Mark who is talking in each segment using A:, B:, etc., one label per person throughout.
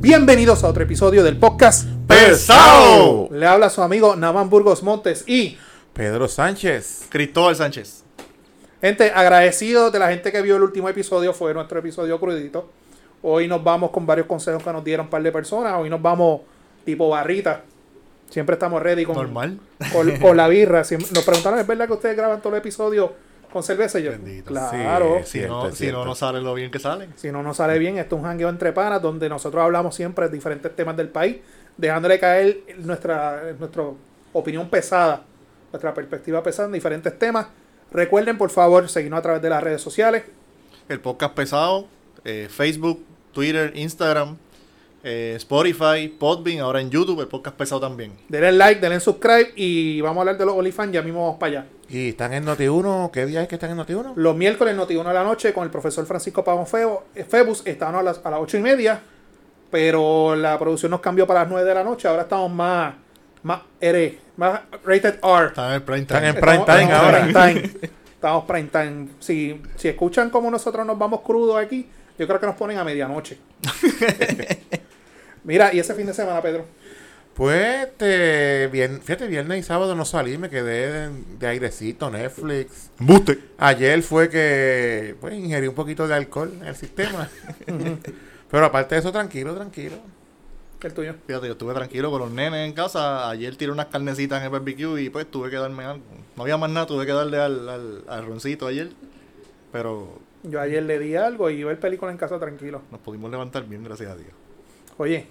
A: Bienvenidos a otro episodio del podcast
B: ¡Pesado!
A: Le habla su amigo Namán Burgos Montes y
B: Pedro Sánchez.
C: Cristóbal Sánchez.
A: gente agradecido de la gente que vio el último episodio, fue nuestro episodio crudito. Hoy nos vamos con varios consejos que nos dieron un par de personas, hoy nos vamos tipo barrita. Siempre estamos ready con,
C: Normal.
A: con, con la birra. Siem- nos preguntaron, ¿es verdad que ustedes graban todo el episodio con cerveza? Y yo,
C: Bendito.
A: claro.
B: Sí,
C: Si,
B: Cierto,
C: no, si
B: cierto.
C: no, no sale lo bien que salen.
A: Si no nos sale bien, esto es un jangueo entre panas donde nosotros hablamos siempre de diferentes temas del país, dejándole caer nuestra, nuestra opinión pesada, nuestra perspectiva pesada en diferentes temas. Recuerden, por favor, seguirnos a través de las redes sociales.
C: El podcast pesado, eh, Facebook, Twitter, Instagram, eh, Spotify, Podbean, ahora en YouTube, el podcast pesado también.
A: Denle like, denle subscribe y vamos a hablar de los OnlyFans. Ya mismo vamos para allá.
B: ¿Y están en Noti1? ¿Qué día es que están en Noti1?
A: Los miércoles, noti 1 de la noche, con el profesor Francisco Pavón Febo- eh, Febus, estábamos a las, a las 8 y media, pero la producción nos cambió para las 9 de la noche. Ahora estamos más, más, R, más rated R.
C: Están en el prime
B: Están
C: time.
B: en prime time
A: estamos
B: ahora.
A: prime time. Estamos prime time. Si, si escuchan cómo nosotros nos vamos crudos aquí, yo creo que nos ponen a medianoche. Mira, y ese fin de semana, Pedro.
B: Pues, este, bien, fíjate, viernes y sábado no salí, me quedé de, de airecito, Netflix.
C: Buste.
B: Ayer fue que, pues, ingerí un poquito de alcohol en el sistema. Pero aparte de eso, tranquilo, tranquilo.
A: El tuyo.
C: Fíjate, yo estuve tranquilo con los nenes en casa. Ayer tiré unas carnecitas en el barbecue y pues tuve que darme algo. No había más nada, tuve que darle al, al, al roncito ayer. Pero
A: Yo ayer le di algo y ver película en casa tranquilo.
C: nos pudimos levantar bien, gracias a Dios.
A: Oye,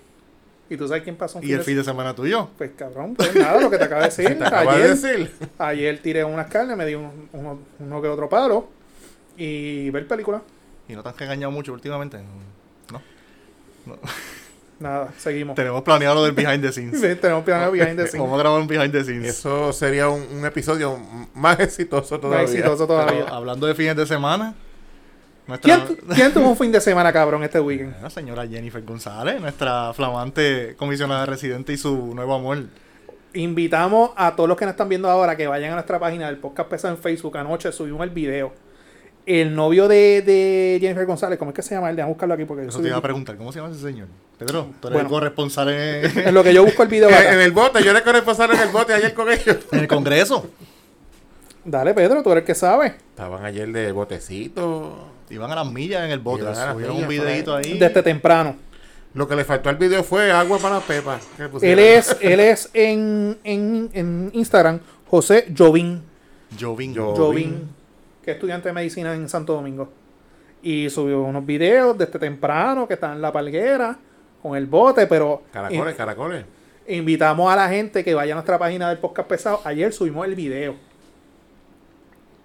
A: ¿y tú sabes quién pasó un
C: ¿Y el fin de semana tuyo?
A: Pues cabrón, pues nada, lo que te acabo de decir.
B: ¿Te acabas de
A: ayer,
B: decir?
A: ayer tiré unas carnes, me di un- uno, uno que otro palo y ver película.
C: Y no te han engañado mucho últimamente. No.
A: Nada, seguimos.
C: Tenemos planeado lo del behind the scenes.
A: Tenemos planeado behind the scenes.
C: Eh, Vamos a grabar un behind the scenes.
B: Eso sería un, un episodio más exitoso todavía.
A: Más exitoso todavía.
C: Pero hablando de fines de semana, nuestra
A: ¿Quién, quién tuvo un fin de semana, cabrón, este weekend?
C: la señora Jennifer González, nuestra flamante comisionada residente y su nuevo amor.
A: Invitamos a todos los que nos están viendo ahora que vayan a nuestra página del podcast Pesa en Facebook. Anoche subimos el video. El novio de, de Jennifer González, ¿cómo es que se llama? Déjame buscarlo aquí porque yo
C: Eso
A: soy-
C: te iba a preguntar, ¿cómo se llama ese señor? Pedro, tú eres
A: Bueno.
C: el corresponsal en,
A: En lo que yo busco el video.
B: Eh,
A: acá.
B: en el bote, yo le corrí pasar en el bote ayer con ellos.
C: en el Congreso.
A: Dale, Pedro, tú eres el que sabe.
B: Estaban ayer de botecito.
C: Iban a las millas en el bote.
B: Iban a las
C: Subieron un
B: millas,
C: videito ahí.
A: Desde temprano.
B: Lo que le faltó al video fue agua para Pepa. que
C: Pues
B: le
A: Él
B: pusieron.
A: es, él es en, en, en Instagram José Jovín.
C: Jovín.
B: Yo- Jovín.
A: Jovín, que es estudiante de medicina en Santo Domingo. Y subió unos videos desde temprano que está en la palguera con el bote, pero
B: Caracoles, caracoles.
A: in- invitamos a la gente que vaya a nuestra página del podcast pesado. Ayer subimos el video.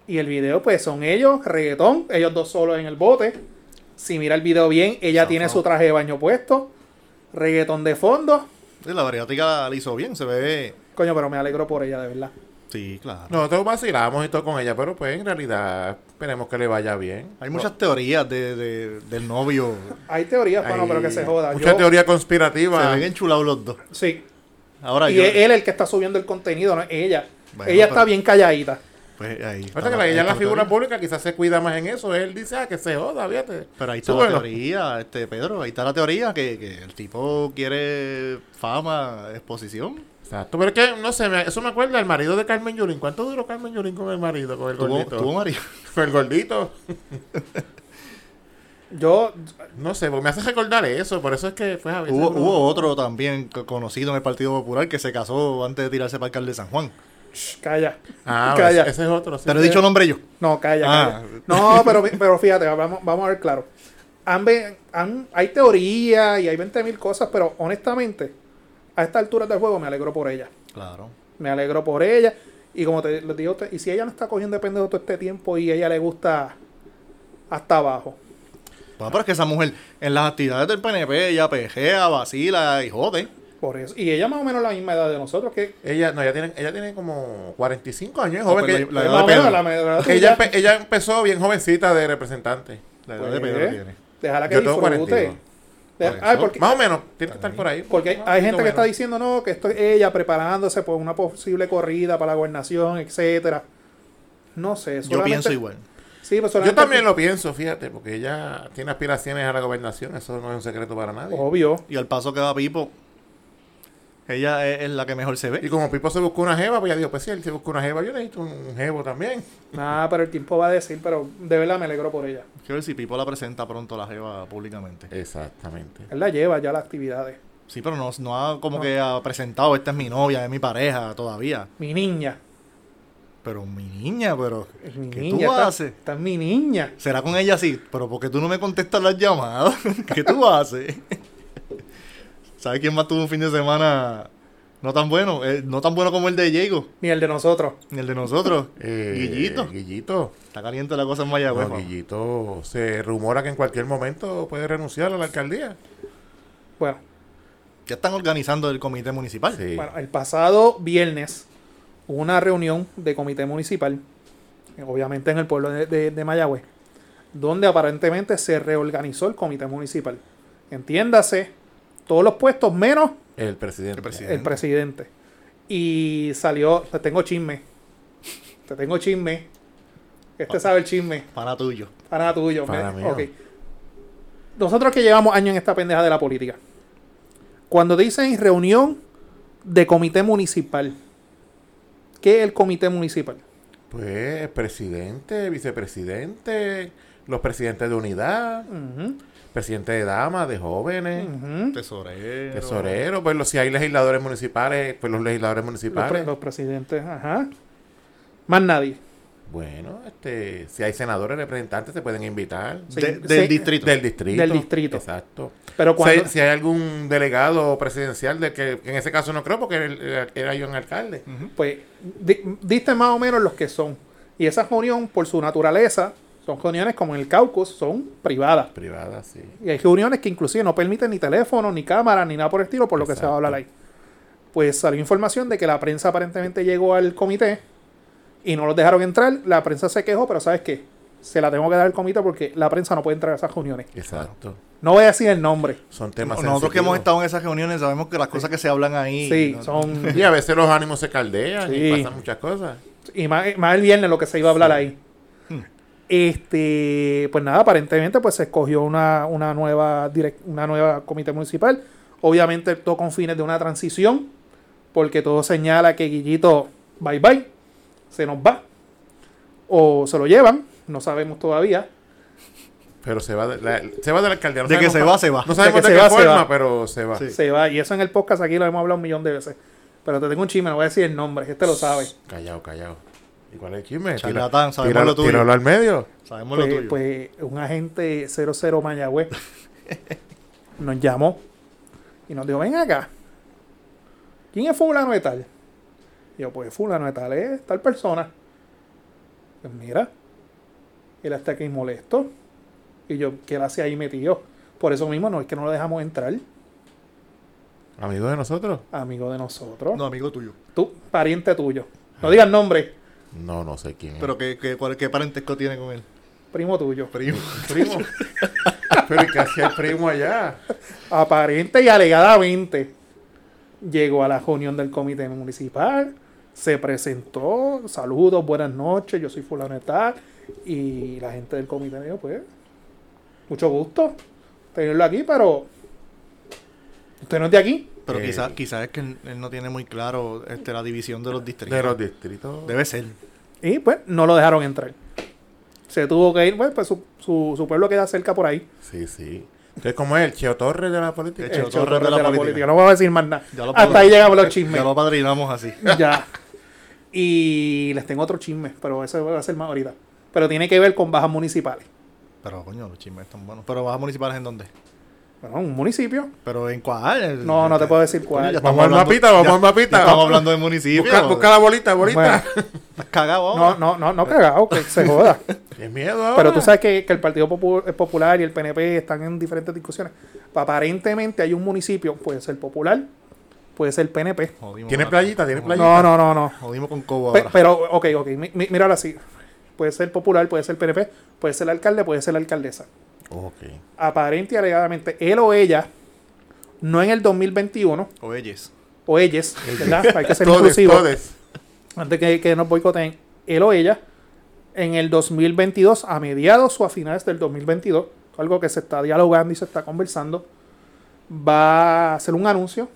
A: Y el video, pues, son ellos, reggaetón, ellos dos solos en el bote. Si mira el video bien, ella
C: Zafado.
A: tiene su traje de baño puesto, reggaetón de fondo.
C: Sí, La variática la hizo bien, se ve.
A: Coño, pero me alegro por ella, de verdad.
C: Sí, claro.
B: Nosotros vacilamos y todo con ella, pero pues en realidad esperemos que le vaya bien.
C: Hay muchas teorías de, de- del novio.
A: Hay teorías,
B: Hay
A: bueno, pero que se joda.
B: Mucha
A: Yo-
B: teoría
C: Se
B: conspirativa.
C: ven enchulados los dos.
A: Sí,
C: Ahora
A: Ah. Y
C: yo.
A: es él el que está subiendo el contenido, no es ella.
C: Bueno,
A: ella está
C: pero-
A: bien calladita.
C: Pues ahí. está
B: Fíjate que la- ella es la
C: está
B: figura
C: teoría.
B: pública, quizás se cuida más en eso. Él dice, ah, que se joda, fíjate.
C: Pero ahí está
B: Sí, bueno.
C: la teoría, este Pedro, ahí está la teoría que, que el tipo quiere fama, exposición.
B: Exacto, pero es que, no sé, me- eso me acuerda el marido de Carmen Yulín. ¿Cuánto duró Carmen Yulín con el marido, con el
C: Tuvo,
B: gordito?
C: tuvo María.
B: Con el gordito.
A: Yo,
B: No sé, porque me hace recordar eso, por eso es que fue a veces
C: Hubo,
B: uno-
C: hubo otro también co- conocido en el Partido Popular que se casó antes de tirarse para el alcalde de San Juan.
A: shh, calla.
B: Ah,
A: calla.
B: ese, ese es otro. sí.
C: Te lo he dicho nombre yo.
A: No, calla,
C: Ah.
A: calla. No, pero, pero fíjate, vamos, vamos a ver claro. Han ve- han- hay teoría y hay 20.000 cosas, pero honestamente, a esta altura del juego me alegro por ella.
C: Claro.
A: Me alegro por ella. Y como te les digo a usted, y si ella no está cogiendo de pendejo todo este tiempo y a ella le gusta hasta abajo.
C: Bueno, pero es que esa mujer en las actividades del PNP ella pejea, vacila y jode.
A: Por eso. Y ella más o menos la misma edad de nosotros, que
B: Ella, no, ella tiene, ella tiene como 45 años, es
C: No,
B: joven.
C: pues
B: que-
C: la- la-
A: más o
C: de
A: menos
C: Pedro.
A: la, la edad tuya.
B: ella, empe- ella empezó bien jovencita de representante.
C: La edad
A: Pues,
C: de Pedro tiene.
A: Déjala que
B: Yo tengo
A: disfrute.
B: 42.
A: Deja-
C: Por
A: ah,
C: eso.
A: porque,
B: Más o menos, tiene que estar por ahí.
A: porque hay,
B: Un
A: hay gente
B: poquito
A: que está
B: menos.
A: diciendo no, que esto es ella preparándose por una posible corrida para la gobernación, etcétera. No sé,
C: Yo
A: solamente-
C: pienso igual.
A: Sí, pues solamente
B: Yo también lo pienso, fíjate, porque ella tiene aspiraciones a la gobernación, eso no es un secreto para nadie.
A: Obvio.
C: Y al paso que va Pipo, ella es, es la que mejor se
B: Y
C: ve.
B: como Pipo se buscó una jeva, pues ella dijo, pues si él se buscó una jeva, yo necesito un jevo también.
A: Nada, pero el tiempo va a decir, pero de verdad me alegro por ella.
C: Quiero ver si Pipo la presenta pronto la Jeva públicamente.
B: Exactamente.
A: Él la lleva ya a las actividades.
C: Sí, pero no, no ha como que ha presentado, esta es mi novia, es mi pareja todavía.
A: Mi niña.
C: Pero mi niña, pero
A: Es mi
C: ¿qué
A: niña.
C: tú
A: esta-
C: haces?
A: esta es mi niña.
C: ¿Será con ella así? Pero porque tú no me contestas las llamadas? ¿Qué tú haces? ¿Sabes quién más tuvo un fin de semana no tan bueno? Eh, no tan bueno como el de Diego,
A: Ni el de nosotros.
C: ni el de nosotros.
B: Eh,
C: Guillito.
B: Guillito.
C: Está caliente la cosa en Mayagüez.
B: No,
C: papá.
B: Guillito se rumora que en cualquier momento puede renunciar a la alcaldía.
A: Bueno,
C: ya están organizando el comité municipal.
B: Sí.
A: Bueno, el pasado viernes hubo una reunión de comité municipal, eh, obviamente en el pueblo de, de- de Mayagüez, donde aparentemente se reorganizó el comité municipal. Entiéndase, todos los puestos menos
B: El presidente.
C: El presidente.
A: el presidente. Y salió, te tengo chisme. Te tengo chisme. Este sabe el chisme.
C: Para tuyo.
A: Para tuyo.
B: Pana
A: me-
B: mío.
A: ok. Nosotros que llevamos años en esta pendeja de la política. Cuando dicen reunión de comité municipal, ¿qué es el comité municipal?
B: Pues presidente, vicepresidente, los presidentes de unidad,
A: Ujú,
B: presidente de damas, de jóvenes,
A: ujú.
C: Tesorero.
B: tesorero, pues los, si hay legisladores municipales, pues los legisladores
A: Los, pre-
B: municipales.
A: los presidentes, ajá. Más nadie.
B: Bueno, este, si hay senadores representantes, se pueden invitar.
A: Sí,
C: De- del
A: sí.
C: distrito.
B: Del distrito.
A: Del distrito.
B: Exacto.
A: Pero
B: Si
A: cuando...
B: hay, si hay algún delegado presidencial, de que en ese caso no creo, porque él- él- era yo un alcalde.
A: pues di- diste más o menos los que son. Y esa reunión, por su naturaleza, son reuniones como en el Caucus, son privadas.
B: Privada, sí.
A: Y hay reuniones que inclusive no permiten ni teléfono, ni cámara, ni nada por el estilo, por lo que se va a hablar ahí. Pues salió información de que la prensa aparentemente llegó al comité y no los dejaron entrar. La prensa se quejó, pero ¿sabes qué? Se la tengo que dar al comité porque la prensa no puede entrar a esas reuniones.
B: Exacto.
A: No voy a decir el nombre.
B: Son temas
C: Nosotros que hemos
B: sensitivos.
C: estado en esas reuniones sabemos que las cosas que se hablan ahí.
A: Sí,
C: no-
A: son...
B: Y a veces los ánimos se caldean
A: Sí.
B: y pasan muchas cosas.
A: Y más, más el viernes lo que se iba a hablar ahí.
C: Hmm.
A: Este, pues nada, aparentemente pues se escogió una, una nueva direc- una nueva comité municipal. Obviamente todo con fines de una transición, porque todo señala que Guillito, bye bye, se nos va. O se lo llevan, no sabemos todavía.
B: Pero se va de la, se va de la alcaldía. No
C: De que
B: sabemos
C: se va, se
B: cuál-
C: va.
B: No sabemos
A: que
B: de,
A: se
B: qué
A: va, se
B: forma,
A: va.
B: pero se va.
C: Sí.
A: Se va. Y eso en el podcast aquí lo hemos hablado un millón de veces. Pero te tengo un chisme, no voy a decir el nombre, este lo sabe.
B: Callado, callado. ¿Y cuál es el chisme? Tira-
C: Charlatán, sabemos
B: tíralo-
C: lo tuyo.
B: tíralo al medio.
C: Sabemos lo
A: Pues,
C: tuyo.
A: pues, un agente 00 Mayagüez nos llamó y nos dijo, ven acá. ¿Quién es fulano de tal? Y yo, pues fulano de tal es tal persona. Pues mira, él está aquí molesto. Y yo, ¿qué él hace ahí metido? Por eso mismo no es que no lo dejamos entrar,
B: Amigo de nosotros.
A: amigo de nosotros.
C: No, amigo tuyo.
B: Mm.
A: Tú, pariente tuyo. No digas nombre,
B: No, no sé quién es.
C: Pero ¿qué, qué, cuál- qué parentesco tiene con él?
A: primo tuyo.
C: Primo.
B: primo. pero ¿y qué hacía el primo allá?
A: aparente y alegadamente llegó a la reunión del comité municipal, se presentó, saludos, buenas noches, yo soy fulano de tal, y la gente del comité me dijo, pues, mucho gusto tenerlo aquí, pero usted no es de aquí.
C: Pero
B: Eh.
C: quizás quizás es que él, él no tiene muy claro este, la división de los distritos.
B: De los distritos.
C: Debe ser.
A: Y pues no lo dejaron entrar. Se tuvo que ir, pues, pues, su, su- su pueblo queda cerca por ahí.
B: Sí, sí. Entonces, ¿cómo es el Cheo Torres de la política? Eh,
C: El
A: El
C: Cheo
A: Cheo
C: Torres de
A: Torres
C: la
A: de la
C: política.
A: política. No voy a decir más nada.
C: Ya lo puedo-
A: Hasta ahí llegamos los
C: Ya
A: chismes.
C: lo padrinamos así.
A: ya. Y les tengo otro chisme, pero eso va a ser más ahorita. Pero tiene que ver con bajas municipales.
C: Pero coño, los chismes están buenos. Pero bajas municipales en dónde?
A: Bueno, un municipio.
C: Pero en cuál?
A: No, no te puedo decir
C: Coño,
A: cuál.
C: ya
B: Vamos al
C: hablando-
B: mapita, vamos
C: ya-
B: al mapita.
C: ya Estamos
B: Vamos.
C: hablando de municipio.
B: busca, busca la bolita, bolita.
C: Estás cagado
A: No,
C: ahora.
A: no, no, no cagado, que se joda.
B: Qué miedo ahora.
A: Pero tú sabes que, que el Partido Popu- el Popular y el PNP están en diferentes discusiones. Aparentemente hay un municipio, puede ser popular, puede ser PNP.
C: Jodimos
B: ¿Tiene
C: ahora.
B: playita? ¿Tiene
C: Jodimos-
B: playita?
A: No, no, no, no.
C: Jodimos con Cobo
A: Pe-
C: ahora.
A: Pero, ok, ok, mi- mi- míralo así. Puede ser popular, puede ser PNP, puede ser alcalde, puede ser alcaldesa.
B: Ok.
A: Aparente y alegadamente, él o ella, no en el 2021,
C: Oyes.
A: o ellas, ¿verdad? Hay que ser
B: Todes,
A: inclusivo.
B: todes.
A: Antes que, que nos boicoteen, él o ella en el 2022, a mediados o a finales del 2022, algo que se está dialogando y se está conversando, va a hacer un anuncio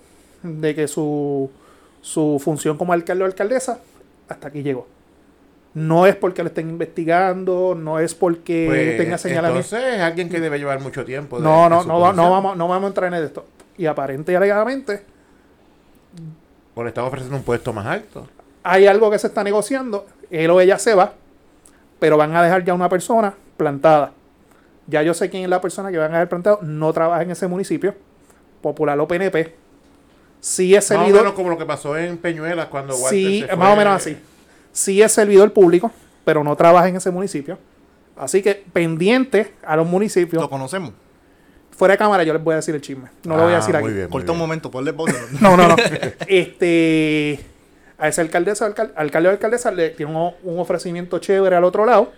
A: de que su, su función como alcalde o alcaldesa hasta aquí llegó. No es porque le estén investigando, no es porque
B: Pues,
A: Eh, tenga señalamiento.
B: Entonces es alguien que debe llevar mucho tiempo. de-
A: No,
B: de
A: no,
B: su
A: no, va- no,
B: posición.
A: vamos, no vamos a entrar en esto. Y aparente y alegadamente
B: O le están ofreciendo un puesto más alto.
A: hay algo que se está negociando, él o ella se va, pero van a dejar ya una persona plantada. Ya yo sé quién es la persona que van a dejar plantado, no trabaja en ese municipio, popular o PNP. Sí es
B: Más o
A: servidor,
B: menos como lo que pasó en Peñuelas cuando Walter
A: sí,
B: se
A: más
B: fue.
A: o menos así. Sí es servidor público, pero no trabaja en ese municipio. Así que pendiente a los municipios.
C: Lo conocemos.
A: Fuera de cámara yo les voy a decir el chisme. No lo voy a decir
B: Ah,
A: aquí.
B: muy bien, muy
C: Corta un
B: bien.
C: momento, ponle pausa.
A: No, no, no. este. A esa alcaldesa, alcal- alcalde o alcaldesa le tiene un, un ofrecimiento chévere al otro lado.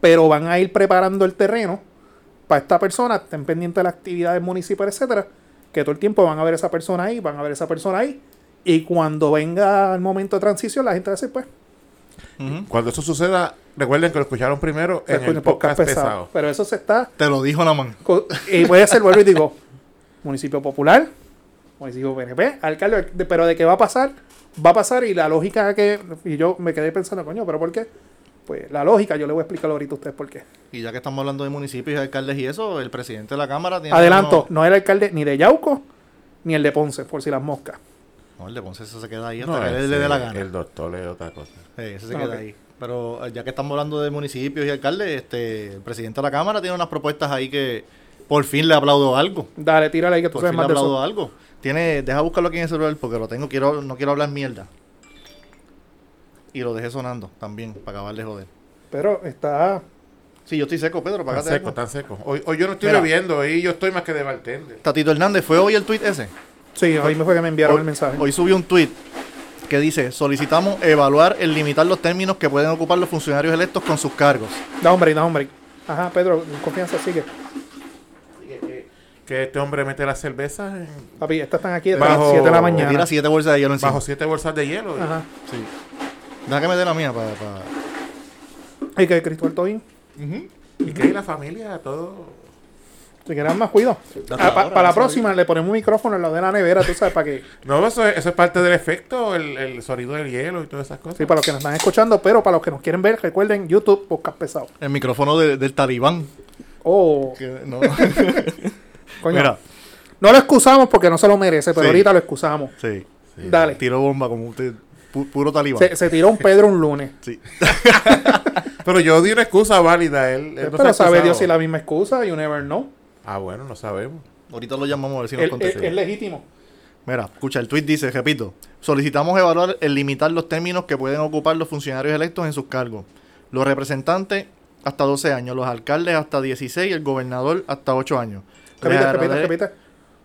A: Pero van a ir preparando el terreno para esta persona. Estén pendientes de las actividades municipales, etcétera. Que todo el tiempo van a ver esa persona ahí, van a ver esa persona ahí. Y cuando venga el momento de transición, la gente va a decir, pues,
C: Ujú.
B: Cuando eso suceda, recuerden que lo escucharon primero en
A: escucha
B: el podcast pesado.
A: Pero eso se está.
C: Te lo dijo la man.
A: co- Y voy a hacer, vuelvo y digo, municipio popular, municipio PNP, alcalde, de- pero de qué va a pasar, va a pasar y la lógica que, y yo me quedé pensando, coño, pero ¿por qué? Pues la lógica, yo le voy a explicar ahorita a ustedes por qué.
C: Y ya que estamos hablando de municipios y alcaldes y eso, el presidente de la Cámara tiene.
A: Adelanto,
C: uno-
A: no era alcalde ni de Yauco, ni el de Ponce, por si las moscas.
C: No, el de Ponce ese se queda ahí hasta
B: No,
C: que él
B: ese-
C: le dé la gana.
B: El doctor le dio otra cosa.
C: Sí, ese se
A: Ah, ok.
C: queda ahí. Pero eh, ya que estamos hablando de municipios y alcaldes, este, el presidente de la Cámara tiene unas propuestas ahí que por fin le aplaudo algo.
A: Dale, tírale ahí que tú
C: Por
A: sabes
C: fin le
A: más de
C: aplaudo
A: eso.
C: algo. Tiene, deja buscarlo aquí en el celular porque lo tengo, quiero, no quiero hablar mierda. Y lo dejé sonando también, para acabar de joder.
A: Pero está...
C: Sí, yo estoy seco, Pedro,
B: Tan
C: págate
B: seco,
C: algo.
B: tan seco. Hoy, hoy yo no estoy
C: Mira.
B: bebiendo, hoy yo estoy más que de bartender.
C: Tatito Hernández, ¿fue hoy el tweet ese?
A: Sí, ahí me fue que me enviaron el mensaje.
C: Hoy subió un tweet que dice, solicitamos evaluar el limitar los términos que pueden ocupar los funcionarios electos con sus cargos.
A: Da hombre, da hombre. Ajá, Pedro, con confianza, sigue.
B: Que este hombre mete las cervezas en-
A: Papi, estas están aquí a las
B: Bajo-
A: 7 de la
B: Me
C: Le
A: mañana.
C: tira siete bolsas de hielo encima.
B: bajo siete bolsas de hielo.
A: Ajá.
C: Sí. Deja que me dé la mía para... Pa.
A: Y que Cristóbal Tobín...
B: Y que ahí la familia, todo.
A: Si quieres más cuidado.
C: Date
A: Ah, pa-
C: ahora,
A: para la
C: no
A: próxima le ponemos un micrófono en la de la nevera, tú sabes, para que.
B: No, eso, es- eso es parte del efecto, el, el sonido del hielo y todas esas cosas.
A: Sí, para los que nos están escuchando, pero para los que nos quieren ver, recuerden YouTube, podcast pesado.
C: El micrófono de- del talibán.
A: Oh,
C: Que no-
A: coño.
C: Mira,
A: No lo excusamos porque no se lo merece, pero
C: Sí.
A: ahorita lo excusamos.
C: sí.
A: Dale.
C: Tiro bomba como usted, pu- puro talibán.
A: Se, se tiró un Pedro un lunes.
C: Sí.
B: Pero yo di una excusa válida. Él, él no se
A: pero
B: ha
A: sabe
B: excusado.
A: Dios si la misma excusa, you never know.
B: Ah, bueno, no sabemos.
C: Ahorita lo llamamos a ver si nos
A: Él- él-
C: contesta.
A: Es legítimo.
C: Mira, escucha, el tweet dice, repito, solicitamos evaluar el limitar los términos que pueden ocupar los funcionarios electos en sus cargos. Los representantes hasta 12 años, los alcaldes hasta 16 y el gobernador hasta 8 años. Les
A: Repite, repite,
C: agradece-
A: repite.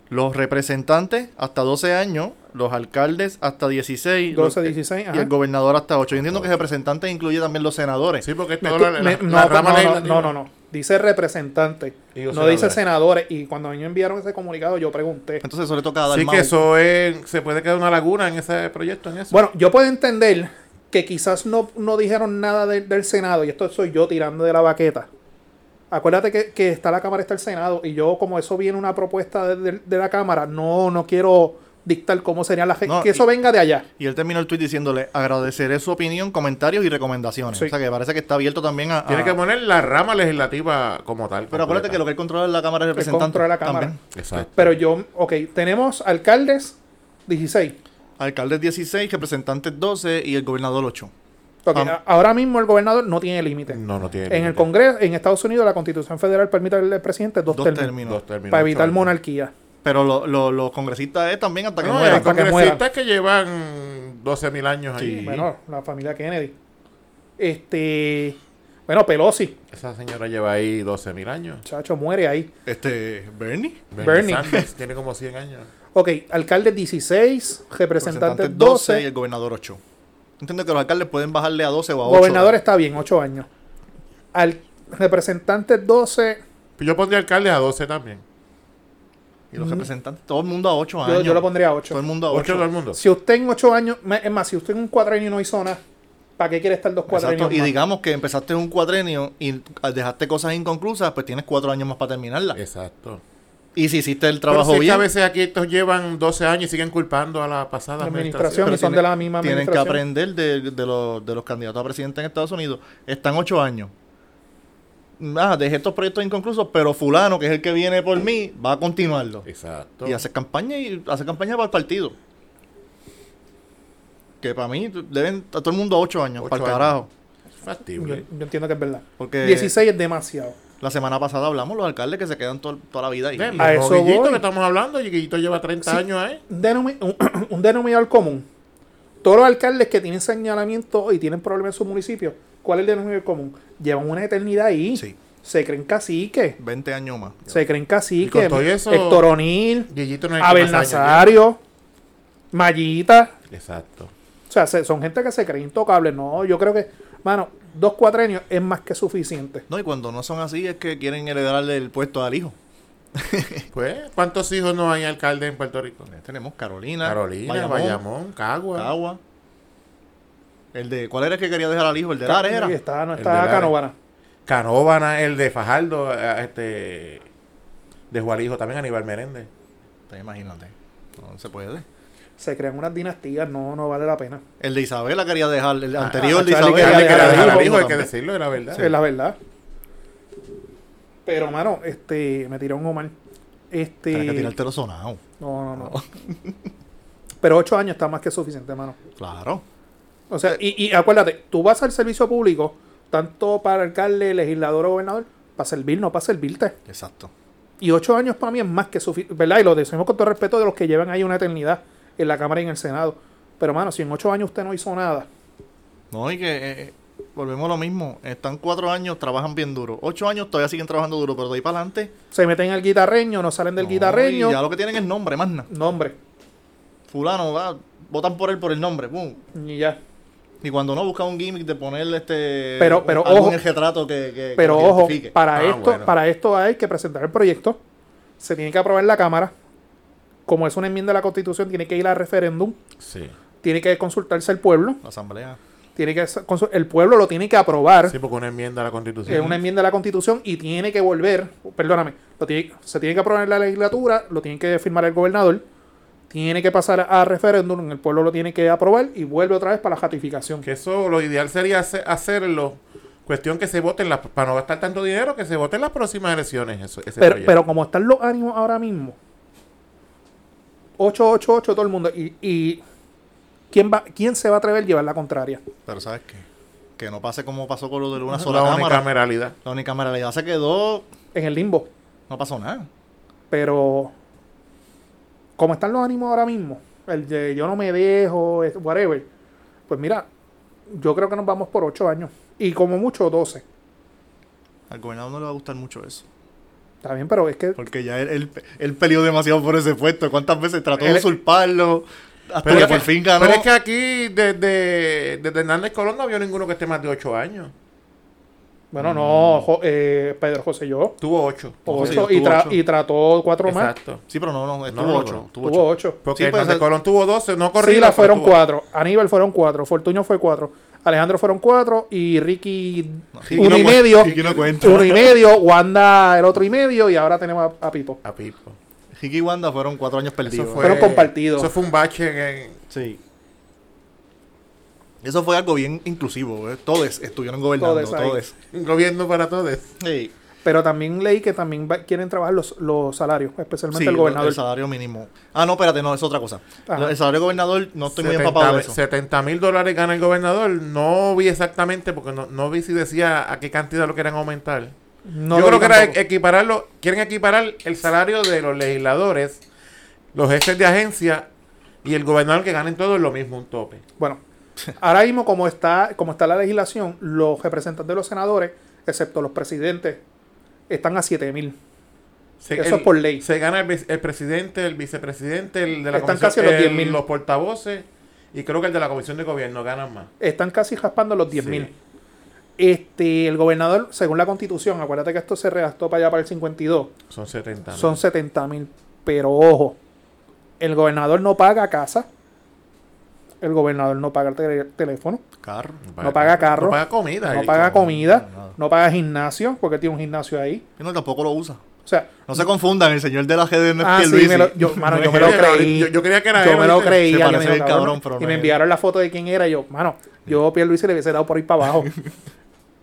C: Los representantes hasta 12 años, los alcaldes hasta 16 los-
A: 12, 16,
C: y
A: ajá.
C: el gobernador hasta 8. Yo entiendo que representantes incluye también los senadores.
B: Sí, porque es
A: Me-
B: toda
A: tú-
B: la, la-
A: me-
B: la
A: no, no,
B: rama
A: no,
B: legislativa.
A: no, no, no. Dice representante.
B: Y
A: no
B: los
A: dice
B: senadores.
A: senadores. Y cuando a mí me enviaron ese comunicado, yo pregunté.
C: Entonces eso le toca a
B: Así
C: Dalmau.
B: que eso es, se puede quedar una laguna en ese proyecto, en eso.
A: Bueno, yo puedo entender que quizás no, no dijeron nada del- del Senado, y esto soy yo tirando de la baqueta. Acuérdate que, que está la Cámara, está el Senado, y yo, como eso viene una propuesta de, de- de la Cámara, no, no quiero dictar cómo serían las.
C: No,
A: que eso
C: y-
A: venga de allá.
C: Y él terminó el tweet diciéndole, agradeceré su opinión, comentarios y recomendaciones.
A: Sí.
C: O sea que parece que está abierto también a... a-
A: Ah.
B: Tiene que poner la rama legislativa como tal.
C: Pero acuérdate que lo que él controla es la Cámara de
A: Que
C: Representantes.
A: controla la Cámara.
C: también.
B: que... Exacto.
A: Pero yo, ok, tenemos alcaldes 16.
C: Alcaldes 16, representantes 12 y el gobernador 8.
A: Ok,
C: Am-
A: a- ahora mismo el gobernador no tiene límite.
B: No, no tiene.
A: en el
B: límite.
A: Congreso, en Estados Unidos, la Constitución Federal permite al presidente dos,
C: Dos
A: términos,
C: términos.
B: Dos términos,
A: para evitar
B: ocho años.
A: monarquía.
C: Pero lo- lo- los congresistas es también hasta que
B: No,
C: mueran.
B: hay
A: hasta que
B: congresistas que, llevan 12.000 años
C: Sí.
B: ahí.
A: Bueno, la familia Kennedy. Este. Bueno, Pelosi,
B: Esa señora lleva ahí 12.000 años.
A: chacho, muere ahí.
C: Este, Bernie.
A: Bernie.
B: Sanders tiene como 100 años.
A: Ok, alcalde 16, representante 12.
C: y el gobernador 8. Entiendo que los alcaldes pueden bajarle a 12 o a 8.
A: gobernador está bien, 8 años. Al representante 12,
B: Yo pondría alcaldes a 12 también.
C: Y los representantes, todo el mundo a 8 años.
A: yo, yo lo pondría a
C: Todo
A: 8.
C: el mundo a
B: 8 todo el
C: 8.
B: mundo.
A: Si usted en 8 años, me- es más, si usted en un cuatrenio no hizo nada, ¿Para qué quiere estar dos cuatrenios?
C: Exacto, y
A: más?
C: digamos que empezaste un cuatrenio y dejaste cosas inconclusas, pues tienes cuatro años más para terminarla.
A: Eh.
B: Exacto.
C: Y si hiciste el
B: Pero
C: trabajo
B: si es que
C: bien,
B: a veces aquí estos llevan 12 años y siguen culpando a la pasada
A: La
B: administración.
A: administración. son de la misma
C: tienen que
A: administración.
C: aprender de, de los, de los candidatos a presidente en Estados Unidos. Están ocho años. Ah, dejé estos proyectos inconclusos, pero fulano, que es el que viene por mí, va a continuarlo.
B: Exacto.
C: Y hace campaña y hace campaña para el partido. Que para mí deben a todo el mundo ocho años,
B: Ocho
C: para el
B: años.
C: carajo.
A: Yo,
B: Factible.
A: yo entiendo que es verdad.
C: Porque
A: 16 es demasiado.
C: la semana pasada hablamos los alcaldes que se quedan todo- toda la vida ahí.
B: Ven,
A: A
B: el
A: eso
B: Joguillito
A: voy.
B: que estamos hablando, Joguillito lleva 30
A: Sí.
B: años ahí.
A: Un, denomi- un- un denominador común. Todos los alcaldes que tienen señalamiento y tienen problemas en su municipio, ¿cuál es el denominador común? Llevan una eternidad ahí.
C: Sí,
A: Se creen caciques.
C: 20 años más.
A: Se creen
B: Y
A: caciques.
B: con todo eso-
A: Héctor O'Neill,
B: Guillito no es el que
A: Abel
B: más años
A: Nazario, Mallita.
B: lleva. Exacto.
A: O sea, se- son gente que se cree intocable. No, yo creo que, mano, dos cuatrenios es más que suficiente.
C: No, y cuando no son así es que quieren heredarle el puesto al hijo.
B: Pues, ¿cuántos hijos no hay alcaldes en Puerto Rico?
C: Tenemos Carolina,
B: Carolina, Bayamón, Cagua.
C: Agua. El de, ¿Cuál era el que quería dejar al hijo? El de Lares era.
A: Y este. está, no
B: El
A: está
B: de Lares.
A: Canóvana.
B: Canóvana, el de Fajardo, eh, este de Jualijo, también Aníbal Menéndez.
C: Te imagínate. No se puede.
A: Se crean unas dinastías, no, no vale la pena.
C: El de Isabela quería dejar, el anterior
A: ah,
C: de
A: Charlie
C: Isabel.
A: Pero quería dejar
B: Carlos que
A: al
B: dejar al
A: hijo
B: hijo, hay que
C: también.
B: decirlo, era verdad.
A: Es la verdad. Pero, mano, este, me tiró un Omar. Este.
C: Tienes que tirártelo sonado.
A: No, no, no. Pero ocho años está más que suficiente, mano.
C: Claro.
A: O sea, y, y acuérdate, tú vas al servicio público, tanto para alcalde, legislador o gobernador, para servir, no para servirte.
C: Exacto.
A: Y ocho años para mí es más que suficiente, ¿verdad? Y lo decimos con todo respeto de los que llevan ahí una eternidad en la Cámara y en el Senado. Pero, mano, si en ocho años usted no hizo nada,
C: No, y que eh, eh, volvemos a lo mismo. Están cuatro años, trabajan bien duro. Ocho años todavía siguen trabajando duro, pero de ahí para adelante.
A: se meten al guitarreño, no salen del
C: no,
A: guitarreño.
C: y Ya lo que tienen es nombre, más nada.
A: No, hombre,
C: Fulano, va, votan por él por el nombre. Pum.
A: y ya.
C: Y cuando no busca un gimmick de ponerle este.
A: Pero- pero
C: algo
A: ojo.
C: en el retrato que. que- que
A: Pero
C: lo
A: ojo,
C: identifique.
A: para
B: Ah,
A: esto,
B: bueno.
A: para esto hay que presentar el proyecto. Se tiene que aprobar en la Cámara. Como es una enmienda a la Constitución, tiene que ir a referéndum.
B: Sí.
A: Tiene que consultarse el pueblo.
C: La asamblea.
A: Tiene que sa- consu- el pueblo lo tiene que aprobar.
B: Sí, porque una enmienda a la
A: Es
B: Constitución.
A: una enmienda a la Constitución y tiene que volver, perdóname, lo tiene- se tiene que aprobar en la legislatura, lo tiene que firmar el gobernador, tiene que pasar a referéndum, el pueblo lo tiene que aprobar y vuelve otra vez para la ratificación.
B: Que eso lo ideal sería hace- hacerlo. Cuestión que se voten las. Para no gastar tanto dinero, que se voten las próximas elecciones. Eso, ese
A: Pero,
B: proyecto.
A: pero como están los ánimos ahora mismo, 888 todo el mundo, y, y ¿quién, va, ¿quién se va a atrever a llevar la contraria?
C: Pero ¿sabes qué? Que no pase como pasó con lo de una
B: La
C: sola cámara.
B: unicameralidad.
C: La unicameralidad se quedó.
A: En el limbo.
C: No pasó nada.
A: Pero como están los ánimos ahora mismo, el de yo no me dejo, es- whatever, pues mira, yo creo que nos vamos por 8 años. Y como mucho 12.
C: Al gobernador no le va a gustar mucho eso.
A: Está bien, pero es que
C: Porque ya él, él, él peleó demasiado por ese puesto. ¿Cuántas veces trató
A: Él-
C: de usurparlo? Hasta
B: Pero,
C: que
B: es
C: por
B: que,
C: fin ganó.
B: pero es que aquí, desde, desde Hernández Colón, no había ninguno que esté más de 8 años.
A: Bueno, no, Jo- eh, Pedro José yo.
B: Tuvo 8.
C: José
A: Ocho,
C: Yo
A: y,
C: tuvo
A: tra-
C: ocho.
A: y trató cuatro más.
B: Exacto.
C: Sí, pero no, no, estuvo
B: No, no,
C: ocho.
B: no.
C: Estuvo
A: Tuvo
C: ocho.
A: ocho.
B: Porque
C: Sí, pues,
B: Hernández
C: es-
B: Colón tuvo 12, no corrió.
A: Sila fueron
B: tuvo-
A: cuatro. Aníbal fueron cuatro. Fortunio fue cuatro. Alejandro fueron cuatro. Y Ricky,
C: Ricky
A: uno
C: no
A: y
C: cuen-
A: medio.
C: Ricky no cuenta.
A: Uno y medio. Wanda el otcho y medio. Y ahora tenemos a, a Pipo.
B: A Pipo.
C: Ricky y Wanda fueron cuatro años perdidos.
B: Eso fue,
A: Fueron compartidos.
B: Eso fue un bache en,
C: Sí. Eso fue algo bien inclusivo. ¿eh? Todos estuvieron gobernando.
A: Todes ahí.
C: Todos.
B: un gobierno para todos.
C: Sí.
A: Pero también leí que también va- quieren trabajar los, los salarios, especialmente
C: Sí,
A: el gobernador.
C: el salario mínimo. Ah, no, espérate, no, es otra cosa.
A: Ajá.
C: El salario gobernador, no estoy muy empapado de eso.
B: 70 mil dólares gana el gobernador. No vi exactamente, porque no, no vi si decía a qué cantidad lo querían aumentar.
A: No
B: Yo
A: lo
B: creo que
A: vi
B: era
A: tampoco.
B: equipararlo. Quieren equiparar el salario de los legisladores, los jefes de agencia y el gobernador que ganen todos lo mismo, un tope.
A: Bueno, ahora mismo como está, como está la legislación, los representantes de los senadores, excepto los presidentes, están a 7 mil.
B: Se-
A: Eso es por ley.
B: Se gana el, vice- el presidente, el vicepresidente, el de la
A: Están
B: comisión,
A: casi los
B: el-
A: 10.000.
B: los portavoces y creo que el de la comisión de gobierno ganan más.
A: Están casi raspando los 10 mil.
B: Sí.
A: Este, el gobernador, según la constitución, acuérdate que esto se redactó para allá para el 52,
B: Son 70.
A: son 70 mil. Pero ojo, el gobernador no paga casa, el gobernador no paga el tele- teléfono,
C: Carro.
A: no paga carro,
B: No paga comida.
A: no
B: y-
A: paga comida,
C: no, nada.
A: no paga gimnasio, porque tiene un gimnasio ahí.
C: Y no, tampoco lo usa.
A: O sea,
C: No se confundan, el señor de la GD no es
A: ah, sí,
C: Pierluisi.
A: me lo- yo, mano,
B: No,
A: yo me lo
B: yo creía-
A: creí.
B: yo- yo creía que era
A: Yo
B: él,
A: me lo
B: ¿viste?
A: creía.
C: Se
A: yo
C: parece
A: me lo-
C: el cabrón, pero
A: y
C: no
A: me
C: es.
A: enviaron la foto de quién era. y Yo, mano, yo Pierluisi le hubiese dado por ir para abajo.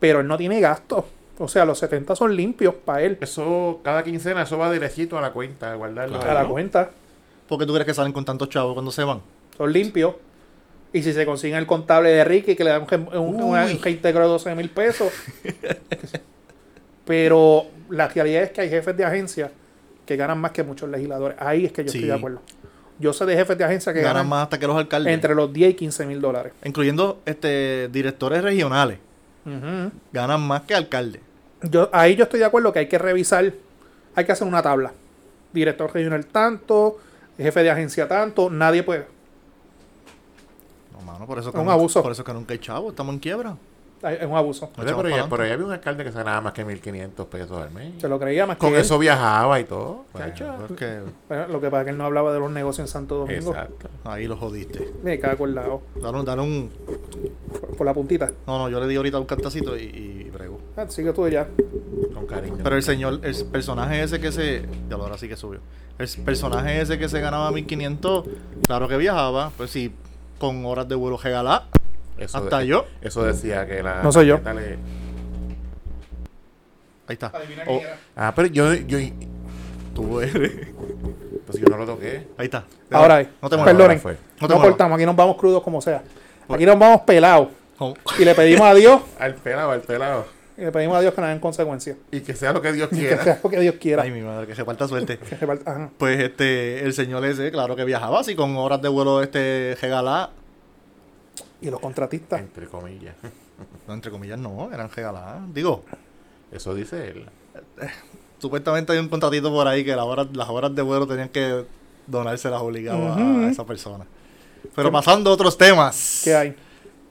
A: pero él no tiene gastos. O sea, los 70 son limpios para él.
B: Eso, cada quincena, eso va directito a la cuenta, a guardarlo.
A: A la
B: ¿no?
A: cuenta.
C: ¿Por qué tú crees que salen con tantos chavos cuando se van?
A: Son limpios. Y si se consigue el contable de Ricky, que le dan un, gen- un, un-
C: Uy.
A: un reintegro de 12 mil pesos. Pero la realidad es que hay jefes de agencia que ganan más que muchos legisladores. Ahí es que yo
C: Sí.
A: estoy de acuerdo. Yo sé de jefes de agencia que
C: Ganan
A: ganan,
C: más hasta que los alcaldes.
A: entre los 10 y 15 mil dólares.
C: Incluyendo este directores regionales.
A: Ujú.
C: Ganan más que alcaldes.
A: Yo, ahí yo estoy de acuerdo que hay que revisar, hay que hacer una tabla. Director regional tanto, jefe de agencia tanto, nadie puede.
C: No, mano, por eso
A: Es un abuso.
C: Por eso que nunca hay chavos, estamos en quiebra.
A: Hay- Es un abuso.
B: Oye, pero,
C: Echamos
B: ya, pero ya había un alcalde que se ganaba más que 1.500 pesos al mes.
A: Se lo creía más
B: Con
A: que él.
B: eso viajaba y todo.
A: Chacho.
B: Bueno,
C: Porque
A: Bueno, lo que pasa es que él no hablaba de los negocios en Santo Domingo.
B: exacto.
C: ahí lo jodiste.
A: Me cago en lado.
C: Dale un, dale un.
A: Por, por la puntita.
C: No, no, yo le di ahorita un cantacito y, y bregó.
A: Ah, sigue tú ya.
B: Con cariño.
C: Pero el señor, el personaje ese que se. Ya lo ahora sí que subió. El personaje ese que se ganaba 1500, claro que viajaba, pues sí, con horas de vuelo regalá.
B: Eso
C: hasta yo.
B: Eso decía que la.
A: No soy yo.
B: que le-
C: Ahí está.
A: quién
C: Oh,
A: era.
B: Ah, pero yo, yo.
C: tú eres.
B: Pues yo no lo toqué.
C: Ahí está.
A: Ahora ahí.
C: No te
B: muevas.
A: Perdonen.
B: Ahora fue.
C: No
A: No,
C: te muevas.
A: cortamos, aquí nos vamos crudos como sea. Aquí nos vamos pelados.
C: Oh,
A: Y le pedimos a Dios,
B: Al pelado, al pelado.
A: y le pedimos a Dios que nos den consecuencias.
B: Y que sea lo que Dios
A: Que
B: quiera.
A: sea lo que Dios quiera.
C: Ay, mi madre, que se falta suerte.
A: Que reparta- ajá.
C: Pues este, el señor ese, claro que viajaba así con horas de vuelo este regalá.
A: Y los contratistas.
B: Entre comillas.
C: No, entre comillas no, eran regalá. Digo,
B: Eso dice él.
C: supuestamente hay un contratito por ahí que las horas, las horas de vuelo tenían que donárselas obligadas
A: Ujú.
C: a esa persona. Pero pasando a otros temas.
A: ¿Qué hay?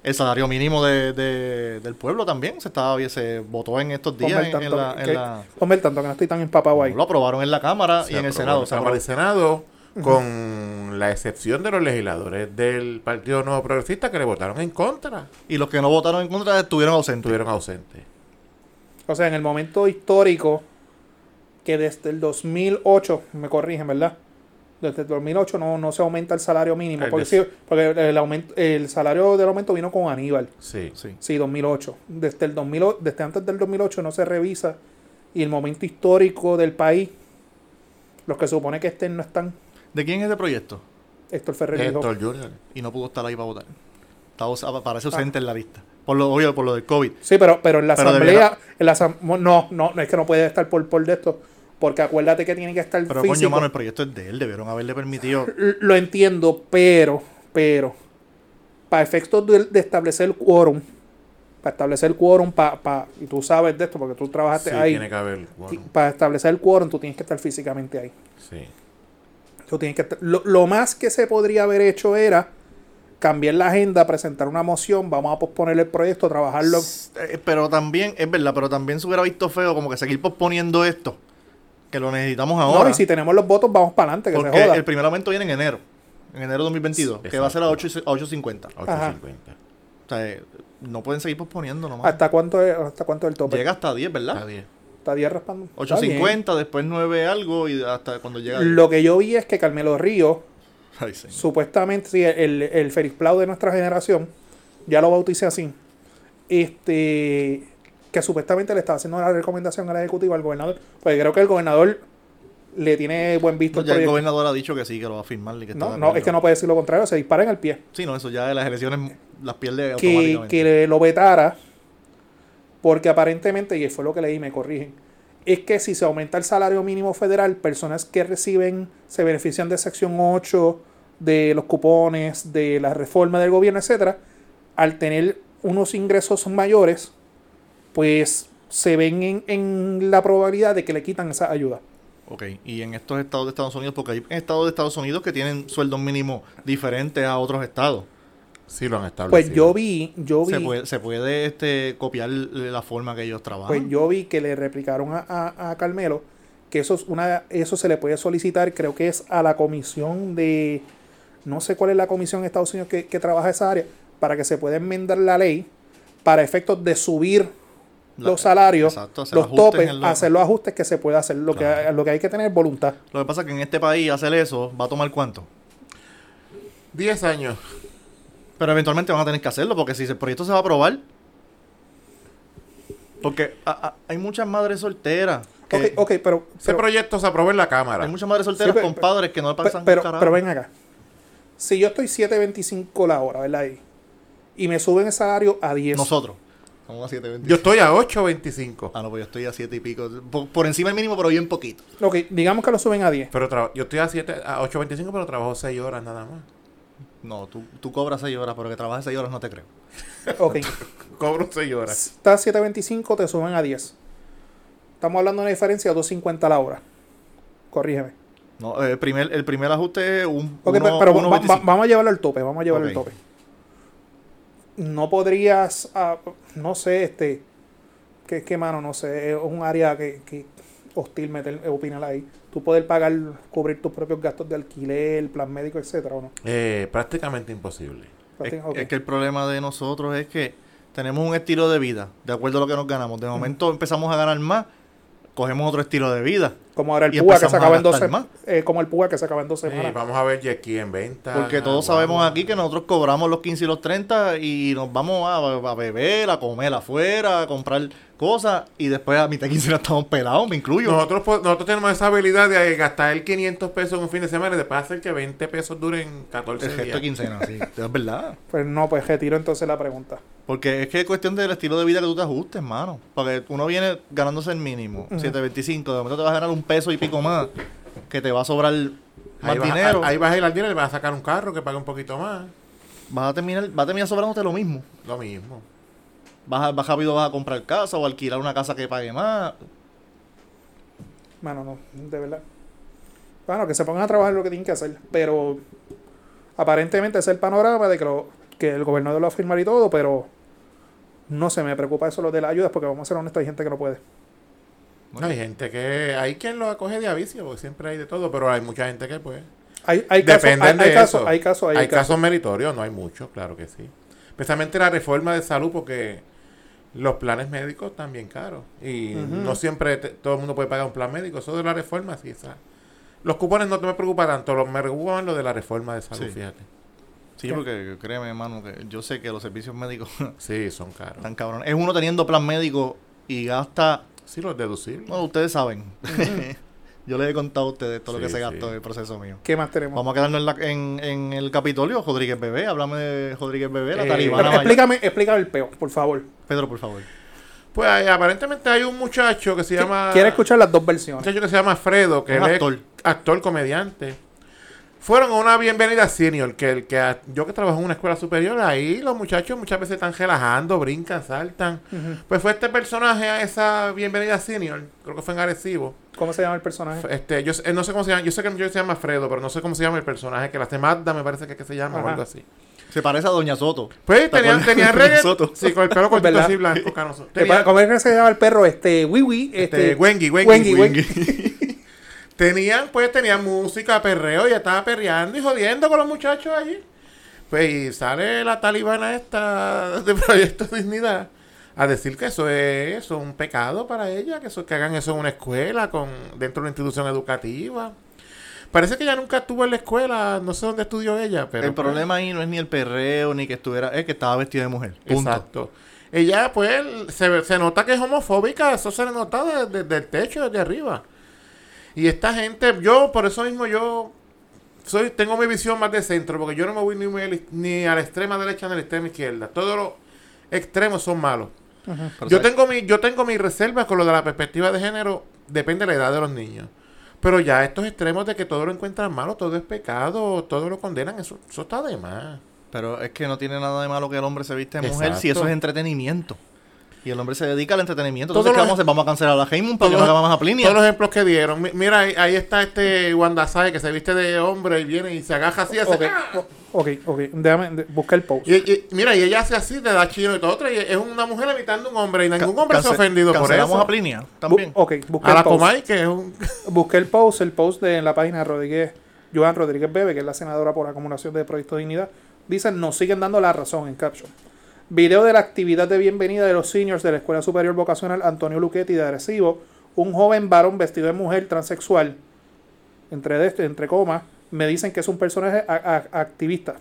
C: El salario mínimo de, de- del pueblo también se estaba se votó en estos días
A: Ponme el
C: en, en
A: tanto.
C: la, en
A: que-
C: la-
A: ponme el tanto, que no estoy tan empapado ahí.
C: lo aprobaron en la Cámara
B: Se
C: Ah, y en el
B: aprobó
C: Senado.
B: la
C: se
B: Cámara y
C: aprobó.
B: Senado, con la excepción de los legisladores del Partido Nuevo Progresista que le votaron en contra.
C: Y los que no votaron en contra estuvieron ausentes.
B: Estuvieron ausentes.
A: O sea, en el momento histórico que desde el 2008, me corrigen, ¿verdad? Desde el 2008 no, no se aumenta el salario mínimo.
B: El
A: Porque,
B: des-
A: sí, porque el, aumento, el salario del aumento vino con Aníbal.
B: Sí.
C: Sí.
A: Sí, 2008. Desde, el 2008, desde antes del 2008 no se revisa. Y el momento histórico del país, los que se supone que estén no están.
C: ¿De quién es este proyecto?
A: Héctor Ferrer dijo,
B: Héctor Junior.
C: Y no pudo estar ahí para votar. Está aus- aparece
A: Ah.
C: ausente en la lista. Por lo obvio, por lo del COVID.
A: Sí, pero, pero en la
C: Pero
A: asamblea... En la asam- no, no, no, es que no puede estar por, por de esto. Porque acuérdate que tiene que estar
C: Pero coño,
A: físico.
C: mano, el proyecto es de él. Debieron haberle permitido.
A: L- lo entiendo, pero, pero, para efectos de, de establecer el quórum, para establecer el quórum, pa, pa- y tú sabes de esto porque tú trabajaste
B: Sí,
A: ahí,
B: tiene que haber.
A: ti-
B: Bueno,
A: para establecer el quórum tú tienes que estar físicamente ahí.
B: sí.
A: Tú tienes que estar- lo, lo más que se podría haber hecho era cambiar la agenda, presentar una moción, vamos a posponer el proyecto, trabajarlo.
C: Eh, Pero también, es verdad, pero también se hubiera visto feo como que seguir posponiendo esto. Que lo necesitamos ahora.
A: No, y si tenemos los votos, vamos para adelante, que se
C: porque
A: joda.
C: el primer aumento viene en enero. En enero de 2022. Que va a ser a 8 y- a 8.50.
B: 8.50.
C: O sea, eh, no pueden seguir posponiendo nomás.
A: ¿Hasta cuánto es, hasta cuánto es el tope?
C: Llega hasta 10,
B: Está
C: ¿verdad?
B: bien.
A: Ah, Está 10 raspando. Está bien.
C: 8.50, después 9 algo y hasta cuando llega.
A: Lo que yo vi es que Carmelo Ríos
C: Ay, sí.
A: supuestamente sí, el, el Felixplau de nuestra generación, ya lo bauticé así, este, que supuestamente le estaba haciendo la recomendación a la ejecutiva al gobernador, pues creo que el gobernador le tiene buen visto
C: No,
A: el
C: ya el
A: proyecto.
C: gobernador ha dicho que sí, que lo va a firmar. Y que está
A: No,
C: de
A: no, es
C: acuerdo.
A: que no puede decir lo contrario, se dispara en el pie.
C: Sí, no, eso ya de las elecciones las pierde
A: Que,
C: automáticamente.
A: que lo vetara, porque aparentemente, y fue lo que leí, me corrigen, es que si se aumenta el salario mínimo federal, personas que reciben, se benefician de sección 8, de los cupones, de la reforma del gobierno, etcétera, al tener unos ingresos mayores, pues se ven en, en la probabilidad de que le quitan esa ayuda.
C: Ok, y en estos estados de Estados Unidos, porque hay estados de Estados Unidos que tienen sueldos mínimos diferentes a otros estados.
B: Sí, lo han establecido.
A: Pues yo vi, yo vi,
C: Se puede, se puede este, copiar la forma que ellos trabajan.
A: pues yo vi que le replicaron a, a- a Carmelo que eso es una, eso se le puede solicitar, creo que es a la comisión de no sé cuál es la comisión en Estados Unidos que, que trabaja esa área, para que se pueda enmendar la ley para efectos de subir
C: La-
A: los salarios,
C: exacto, hacer
A: los
C: ajustes
A: topes,
C: en los-
A: hacer los ajustes que se puede hacer. Lo, que,
C: Claro.
A: lo que hay que tener es voluntad.
C: Lo que pasa es que en este país hacer eso va a tomar cuánto.
B: 10 años.
C: Pero eventualmente van a tener que hacerlo porque si el proyecto se va a aprobar. Porque a- a- hay muchas madres solteras. que-
A: Ok, ok, pero,
B: Ese
A: pero,
B: proyecto se aprobó en la Cámara.
C: Hay muchas madres solteras
A: pero-
C: con padres que no le
A: pe-
C: pasan
A: pues, pero,
C: un carajo.
A: pero ven acá. Si yo estoy 7.25 la hora, ¿verdad? Ahí, y me suben el salario a 10.
C: Nosotros. Somos a 7.25.
B: Yo estoy a 8.25.
C: Ah, no, pues yo estoy a 7 y pico. Por, por encima del mínimo, pero bien poquito.
A: Ok, digamos que lo suben a 10.
B: Pero tra- yo estoy a, siete- a 8.25, pero trabajo 6 horas nada más.
C: No, tú, tú cobras 6 horas, pero que trabajes 6 horas no te creo.
A: Ok.
B: Cobro 6 horas.
A: Está a 7.25, te suben a 10. Estamos hablando de una diferencia de 2.50 la hora. Corrígeme.
C: No, eh, el, primer, el primer ajuste es un.
A: Ok,
C: uno-
A: pero va- va-
C: 1.25.
A: vamos a llevarlo al tope, vamos a llevarlo al
C: Ok.
A: tope. No podrías, ah, no sé, este, que, que mano, no sé, es un área que, que hostil meter, eh, opinar ahí. Tú poder pagar, cubrir tus propios gastos de alquiler, plan médico, etcétera, o no.
B: Eh, prácticamente imposible.
C: Es,
A: Práctica- ok.
C: es que el problema de nosotros es que tenemos un estilo de vida, de acuerdo a lo que nos ganamos. De momento empezamos a ganar más, cogemos otro estilo de vida.
A: como ahora el
C: y
A: púa que se
C: empezamos a
A: acaba en dos
C: gastar
A: semanas. como el púa que se acaba en dos
B: Sí,
A: semanas.
B: vamos a ver aquí en venta.
C: Porque todos
B: guau.
C: sabemos aquí que nosotros cobramos los 15 y los 30 y nos vamos a, a beber, a comer afuera, a comprar cosas y después a mitad de quincena estamos pelados, me incluyo.
B: Nosotros, po- nosotros tenemos esa habilidad de eh, gastar el 500 pesos en un fin de semana y después hacer que 20 pesos duren 14
C: el gesto de
B: días.
C: quincena, sí, es verdad.
A: Pues no, pues retiro entonces la pregunta.
C: Porque es que es cuestión del estilo de vida que tú te ajustes, mano. Porque uno viene ganándose el mínimo,
A: Ujú.
C: 7.25, de momento te vas a ganar un peso y pico más, que te va a sobrar más
B: Ahí vas,
C: dinero.
B: ahí vas a ir al dinero y vas a sacar un carro que pague un poquito más.
C: vas a terminar, va a terminar sobrándote lo mismo.
B: Lo mismo.
C: Vas, a- vas rápido vas a comprar casa o alquilar una casa que pague más.
A: Mano, no, de verdad. Bueno, que se pongan a trabajar lo que tienen que hacer, pero aparentemente ese es el panorama de que, lo- que el gobernador lo va a firmar y todo, pero no se me preocupa eso lo de las ayudas, porque vamos a ser honestos, hay gente que no puede.
B: Hay gente que. Hay quien lo acoge de avicio, porque siempre hay de todo, pero hay mucha gente que, pues.
A: Hay, hay casos, hay,
B: Dependen
A: hay
B: de
A: casos,
B: eso.
A: hay casos, hay,
B: Hay
A: casos.
B: casos meritorios, no hay muchos, claro que sí. Especialmente la reforma de salud, porque los planes médicos están bien caros. Y
A: Ujú.
B: no siempre te- todo el mundo puede pagar un plan médico. Eso de la reforma, sí, esa- Los cupones no te me preocupa tanto, lo- me preocupan lo de la reforma de salud,
C: Sí.
B: fíjate.
C: Sí,
A: ¿Qué?
C: porque créeme, hermano, que yo sé que los servicios médicos
B: Sí, son caros.
C: están cabrones. Es uno teniendo plan médico y gasta.
B: Sí, los deducibles.
C: Bueno, ustedes saben. yo les he contado a ustedes todo lo que
B: Sí,
C: se
B: sí.
C: gastó en el proceso mío.
A: ¿Qué más tenemos?
C: Vamos a quedarnos en, la- en- en el Capitolio, Rodríguez Bebé. Háblame de Rodríguez Bebé, la
B: Eh,
C: talibana.
A: Pero
C: mayor.
A: explícame, explícame el peo, por favor.
C: Pedro, por favor.
B: Pues hay- aparentemente hay un muchacho que se llama.
A: Quiero escuchar las dos
B: Un
A: versiones.
B: muchacho que se llama Fredo, que
C: Un
B: él es
C: actor.
B: actor, comediante. Fueron a una bienvenida senior, que el que a- yo que trabajo en una escuela superior, ahí los muchachos muchas veces están relajando, brincan, saltan.
A: Ujú.
B: Pues fue este personaje a esa bienvenida senior, creo que fue en Arecibo.
A: ¿Cómo se llama el personaje?
B: Fue- Este, yo sé- eh, no sé cómo se llama, yo sé que el muchacho se llama Fredo, pero no sé cómo se llama el personaje, que la hace Magda, me parece que, es que se llama o
A: Ajá.
B: algo así.
C: Se parece a Doña Soto.
B: Pues
C: ¿Te
B: tenía,
C: acuerdas?
B: tenía reggae,
C: Soto.
B: sí, con el pelo cortito
A: ¿Verdad?
B: así, blanco, canoso.
A: Eh,
B: Tenía-
A: ¿Cómo es que se llama el perro? Este, Wiwi.
B: este,
A: Este,
B: Wengi, Wengi,
A: Wengi,
B: Wengi. Tenían, pues, tenían música, perreo, ya estaba perreando y jodiendo con los muchachos allí. Pues, y sale la talibana esta de Proyecto Dignidad a decir que eso es, eso es un pecado para ella, que eso que hagan eso en una escuela, con dentro de una institución educativa. Parece que ella nunca estuvo en la escuela, no sé dónde estudió ella, pero
C: el problema ahí no es ni el perreo, ni que estuviera. Es que estaba vestida de mujer. Punto.
B: Exacto. Ella, pues, se, se nota que es homofóbica, eso se le nota desde, desde el techo, desde arriba. Y esta gente, yo, por eso mismo, yo soy tengo mi visión más de centro, porque yo no me voy ni, muy al- ni a la extrema derecha ni a la extrema izquierda. Todos los extremos son malos.
A: Ujú.
C: Pero
B: Yo
C: ¿sabes?
B: tengo, mi, yo tengo mis reservas con lo de la perspectiva de género, depende de la edad de los niños. Pero ya estos extremos de que todo lo encuentran malo, todo es pecado, todo lo condenan, eso, eso está de más.
C: Pero es que no tiene nada de malo que el hombre se viste de mujer si
B: Exacto.
C: eso es entretenimiento. Y el hombre se dedica al entretenimiento.
B: Todos
C: Entonces, ¿qué
B: los-
C: vamos a hacer? Vamos a cancelar a la Heyman para que
B: Todos-
C: no haga más a Plinia.
B: Todos los ejemplos que dieron. Mi- Mira, ahí, ahí está este Wandasae que se viste de hombre y viene y se agaja así. hace- ¡ah!
A: Ok, ok, ok. Déjame de- buscar el post.
B: Y, y- mira, y ella hace así, te da chino y todo otro. Y es una mujer imitando a un hombre y ningún hombre se ha
C: Cance-
B: ofendido por
C: Cancelamos
B: eso.
C: a Plinia
A: Bu-
C: también.
A: ok, busqué
B: A
A: el
B: la
A: post.
B: Comay, que es un.
A: Busqué el post, el post de en la página de Rodríguez Joan Rodríguez Bebe, que es la senadora por acumulación de Proyecto Dignidad, dicen nos siguen dando la razón en caption. Video de la actividad de bienvenida de los seniors de la Escuela Superior Vocacional Antonio Luchetti de Arecibo, un joven varón vestido de mujer transexual, entre, de- entre comas, me dicen que es un personaje a- a- activista.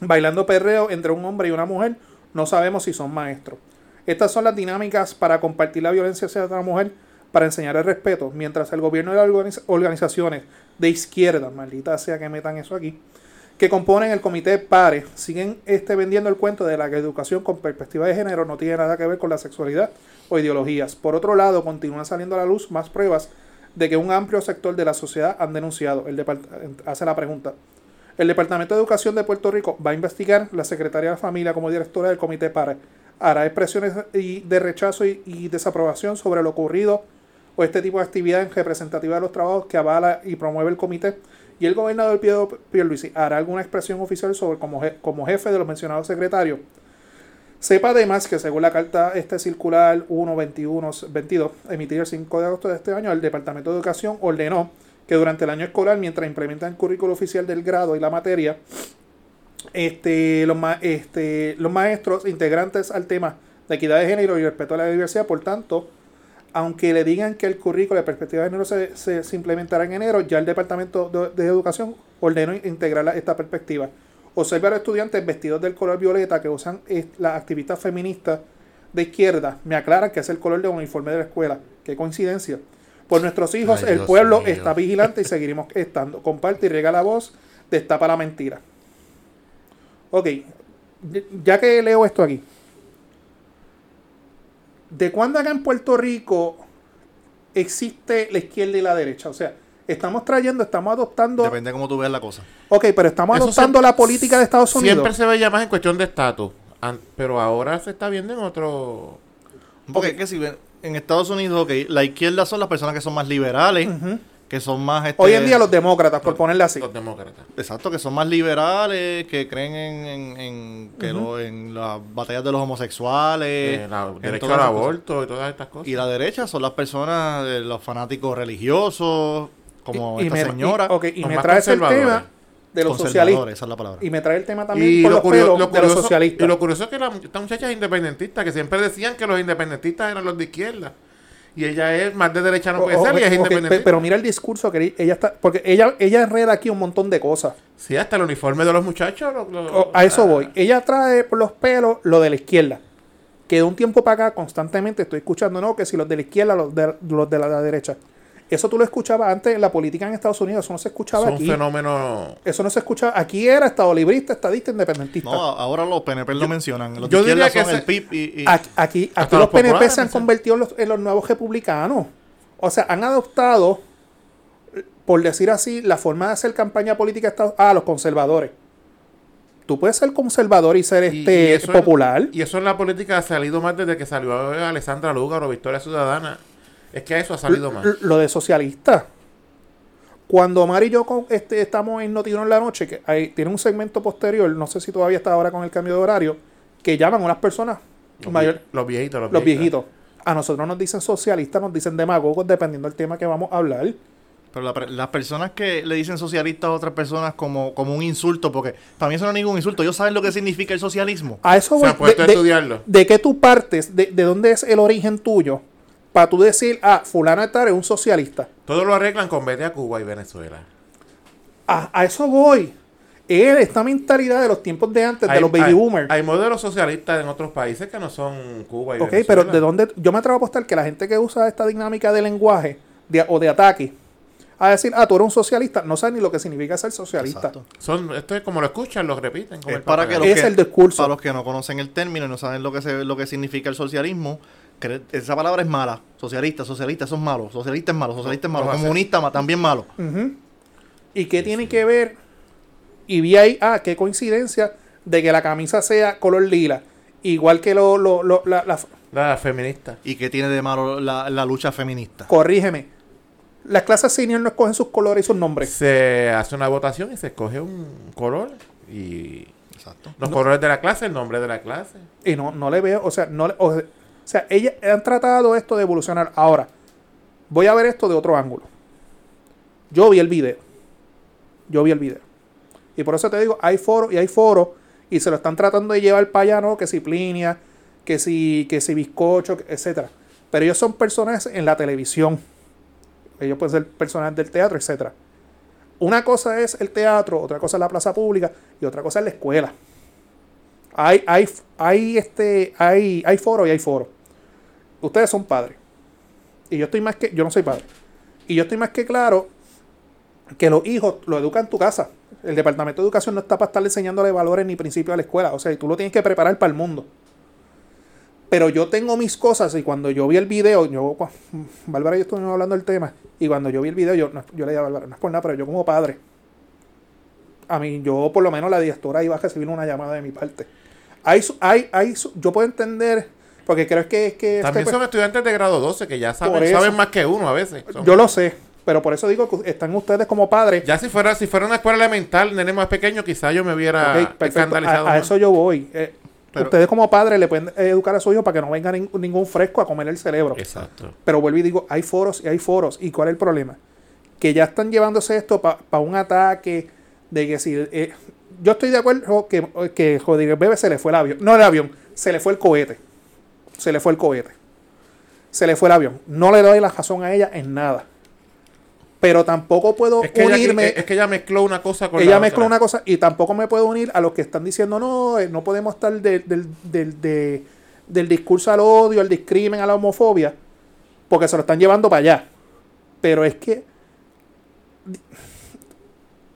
A: Bailando perreo entre un hombre y una mujer, no sabemos si son maestros. Estas son las dinámicas para compartir la violencia hacia la mujer, para enseñar el respeto, mientras el gobierno y las organiz- organizaciones de izquierda, maldita sea que metan eso aquí, que componen el comité de pares, siguen este, vendiendo el cuento de la que educación con perspectiva de género no tiene nada que ver con la sexualidad o ideologías. Por otro lado, continúan saliendo a la luz más pruebas de que un amplio sector de la sociedad han denunciado. El depart- hace la pregunta. El Departamento de Educación de Puerto Rico va a investigar la secretaria de la familia como directora del comité PARE. Hará expresiones y- de rechazo y, y desaprobación sobre lo ocurrido o este tipo de actividad en representativa de los trabajos que avala y promueve el comité. Y el gobernador Pedro Pierluisi hará alguna expresión oficial sobre como, je- como jefe de los mencionados secretarios. Sepa además que según la carta este circular 12122 emitida el 5 de agosto de este año, el Departamento de Educación ordenó que durante el año escolar, mientras implementan el currículo oficial del grado y la materia, este, los, ma- este, los maestros integrantes al tema de equidad de género y respeto a la diversidad, por tanto, aunque le digan que el currículo de perspectiva de género se, se- se implementará en enero, ya el Departamento de, de Educación ordenó integrar la- esta perspectiva. Observa a los estudiantes vestidos del color violeta que usan eh, las activistas feministas de izquierda. Me aclaran que es el color de un uniforme de la escuela. Qué coincidencia. Por nuestros hijos,
B: Ay,
A: el
B: Dios
A: pueblo
B: mío.
A: está vigilante y seguiremos estando. Comparte y riega la voz, destapa la mentira. Ok, ya que leo esto aquí. ¿De cuándo acá en Puerto Rico existe la izquierda y la derecha? O sea, estamos trayendo, estamos adoptando.
C: Depende de cómo tú veas la cosa.
A: Ok, pero estamos
B: Eso
A: adoptando
B: siempre-
A: la política de Estados Unidos.
B: Siempre se veía más en cuestión de estatus. An- Pero ahora se está viendo en otro.
C: Porque
A: Ok.
C: es que si ven- en Estados Unidos, ok, la izquierda son las personas que son más liberales,
A: Ujú.
C: que son más... este,
A: Hoy en día los demócratas, por ponerle así.
B: Los demócratas.
C: Exacto, que son más liberales, que creen en, en- en que lo- en las batallas de los homosexuales.
B: Eh, la-
C: en
B: derecho
C: todas
B: al
C: esas cosas.
B: aborto y todas estas cosas.
C: Y la derecha son las personas, eh, los fanáticos religiosos, como
A: Y- y
C: esta
A: me-
C: señora.
A: y, ok, y
B: los
A: me
B: más
A: traes el
B: conservadores.
A: tema de los
C: conservadores,
A: socialistas.
C: Esa es la palabra.
A: Y me trae el tema
B: Y
A: también por los
B: curio-
A: pelos de los
B: curioso-
A: socialistas.
B: y lo curioso es que la, mu- esta muchacha es independentista, que siempre decían que los independentistas eran los de izquierda. Y ella es más de derecha no puede
A: O- o-
B: ser y es
A: ok, pe-
B: independentista.
A: pero mira el discurso que ella está. Porque ella, ella enreda aquí un montón de cosas.
B: sí, hasta el uniforme de los muchachos. lo- lo-
A: O- Oh, a eso
B: ah,
A: voy. Ella trae por los pelos lo de la izquierda. Que de un tiempo para acá constantemente estoy escuchando, no, que si los de la izquierda, los de, los de la, la derecha. Eso tú lo escuchabas antes en la política en Estados Unidos, eso no se
B: Es
A: escuchaba
B: un
A: aquí.
B: fenómeno.
A: Eso no se escuchaba. Aquí era estadolibrista, estadista, independentista.
C: No, a- ahora los PNP lo mencionan. Los de
B: yo diría
C: izquierda son
B: que
C: el
B: se-
C: PIB y, y-
A: aquí, aquí, aquí
B: Hasta
A: los
B: los
A: PNP
B: populares,
A: se han
B: sí.
A: convertido en los, en los nuevos republicanos. O sea, han adoptado, por decir así, la forma de hacer campaña política a Estados- ah, los conservadores. Tú puedes ser conservador y ser
B: y-
A: este
B: y eso en-
A: popular.
B: y eso en la política ha salido más desde que salió Alessandra Lúgaro, Victoria Ciudadana. Es que eso ha salido más.
A: L- Lo de socialista. Cuando Mari y yo con- este, estamos en Noti Uno en la noche, que hay, tiene un segmento posterior, no sé si todavía está ahora con el cambio de horario, que llaman unas personas
B: Los,
A: mayor-
B: vie- los viejitos, los,
A: los viejitos. A nosotros nos dicen socialistas, nos dicen demagogos, dependiendo del tema que vamos a hablar.
C: Pero la pre- las personas que le dicen socialistas a otras personas como, como un insulto, porque para mí eso no es ningún insulto. Ellos saben lo que significa el socialismo.
A: A eso
B: Se
A: voy.
B: han puesto
A: de,
B: a
A: de-
B: estudiarlo.
A: de qué tú partes? De, de dónde es el origen tuyo? Para tú decir, ah, fulano de tal es un socialista.
B: Todo lo arreglan con vete a Cuba y Venezuela.
A: A, a eso voy. Es esta mentalidad de los tiempos de antes, de los baby
B: hay,
A: boomers.
B: hay modelos socialistas en otros países que no son Cuba y
A: ok,
B: Venezuela.
A: pero ¿de dónde? Yo me atrevo a apostar que la gente que usa esta dinámica de lenguaje de- o de ataque a decir, ah, tú eres un socialista, no sabe ni lo que significa ser socialista.
C: Exacto.
B: Son, esto es como lo escuchan, lo repiten. Como
C: Es
B: el
C: para que los
B: papagayo.
A: Es
C: que-
A: el discurso.
C: Para los que no conocen el término y no saben lo que se, lo que significa el socialismo, cre- esa palabra es mala. Socialista, socialista, son malos. Socialista es malo, socialista es malo.
B: ¿Cómo va a ser?
C: Comunista ma- también malo.
A: Ujú. ¿Y qué tiene que ver? Y vi ahí, ah, qué coincidencia de que la camisa sea color lila, igual que lo, lo- lo- la- la-
B: La feminista.
C: ¿Y qué tiene de malo la, la lucha feminista?
A: corrígeme. Las clases senior no escogen sus colores y sus nombres.
B: Se hace una votación y se escoge un color y
C: Exacto.
B: los colores de la clase, el nombre de la clase.
A: Y no, no le veo, o sea, no le- o, o sea, ellas han tratado esto de evolucionar. Ahora, voy a ver esto de otro ángulo. Yo vi el video. Yo vi el video. Y por eso te digo, hay foros y hay foros y se lo están tratando de llevar para allá, ¿no? Que si Plinia, que si, que si Bizcocho, etcétera. Pero ellos son personajes en la televisión. Ellos pueden ser personajes del teatro, etcétera. Una cosa es el teatro, otra cosa es la plaza pública y otra cosa es la escuela. Hay, hay, hay, este, hay, hay foro y hay foro. Ustedes son padres. Y yo estoy más que. Yo no soy padre. Y yo estoy más que claro que los hijos los educan en tu casa. El departamento de educación no está para estar enseñándole valores ni principios a la escuela. O sea, tú lo tienes que preparar para el mundo. Pero yo tengo mis cosas y cuando yo vi el video, yo, cua- Bárbara y yo estuvimos hablando del tema, y cuando yo vi el video, yo, no- yo le dije a Bárbara, no es por nada, pero yo como padre, a mí, yo por lo menos la directora iba a recibir una llamada de mi parte. Hay, su- hay, hay, su- yo puedo entender, porque creo que es que...
B: También
A: este-
B: son estudiantes de grado 12 que ya
A: Por
B: saben,
A: eso.
B: saben más que uno a veces. Son-
A: yo lo sé, pero por eso digo que están ustedes como padres
B: Ya si fuera, si fuera una escuela elemental, nene más pequeño, quizás yo me hubiera
A: Ok, perfecto.
B: escandalizado.
A: A, a
B: más.
A: eso yo voy. Eh,
B: Pero-
A: ustedes como padres le pueden eh, educar a su hijo para que no venga nin- ningún fresco a comer el cerebro.
B: Exacto.
A: Pero vuelvo y digo, hay foros y hay foros. ¿Y cuál es el problema? Que ya están llevándose esto para un ataque de que si... eh, yo estoy de acuerdo que, que Rodríguez Bebe se le fue el avión. No el avión, se le fue el cohete. Se le fue el cohete. Se le fue el avión. No le doy la razón a ella en nada. Pero tampoco puedo
B: Es que, ella,
A: unirme
B: es que ella mezcló una cosa con
A: ella
B: la
A: mezcló
B: otra.
A: una cosa y tampoco me puedo unir a los que están diciendo no, eh, no podemos estar del, del, del- de- del discurso al odio, al discrimen, a la homofobia, porque se lo están llevando para allá. Pero es que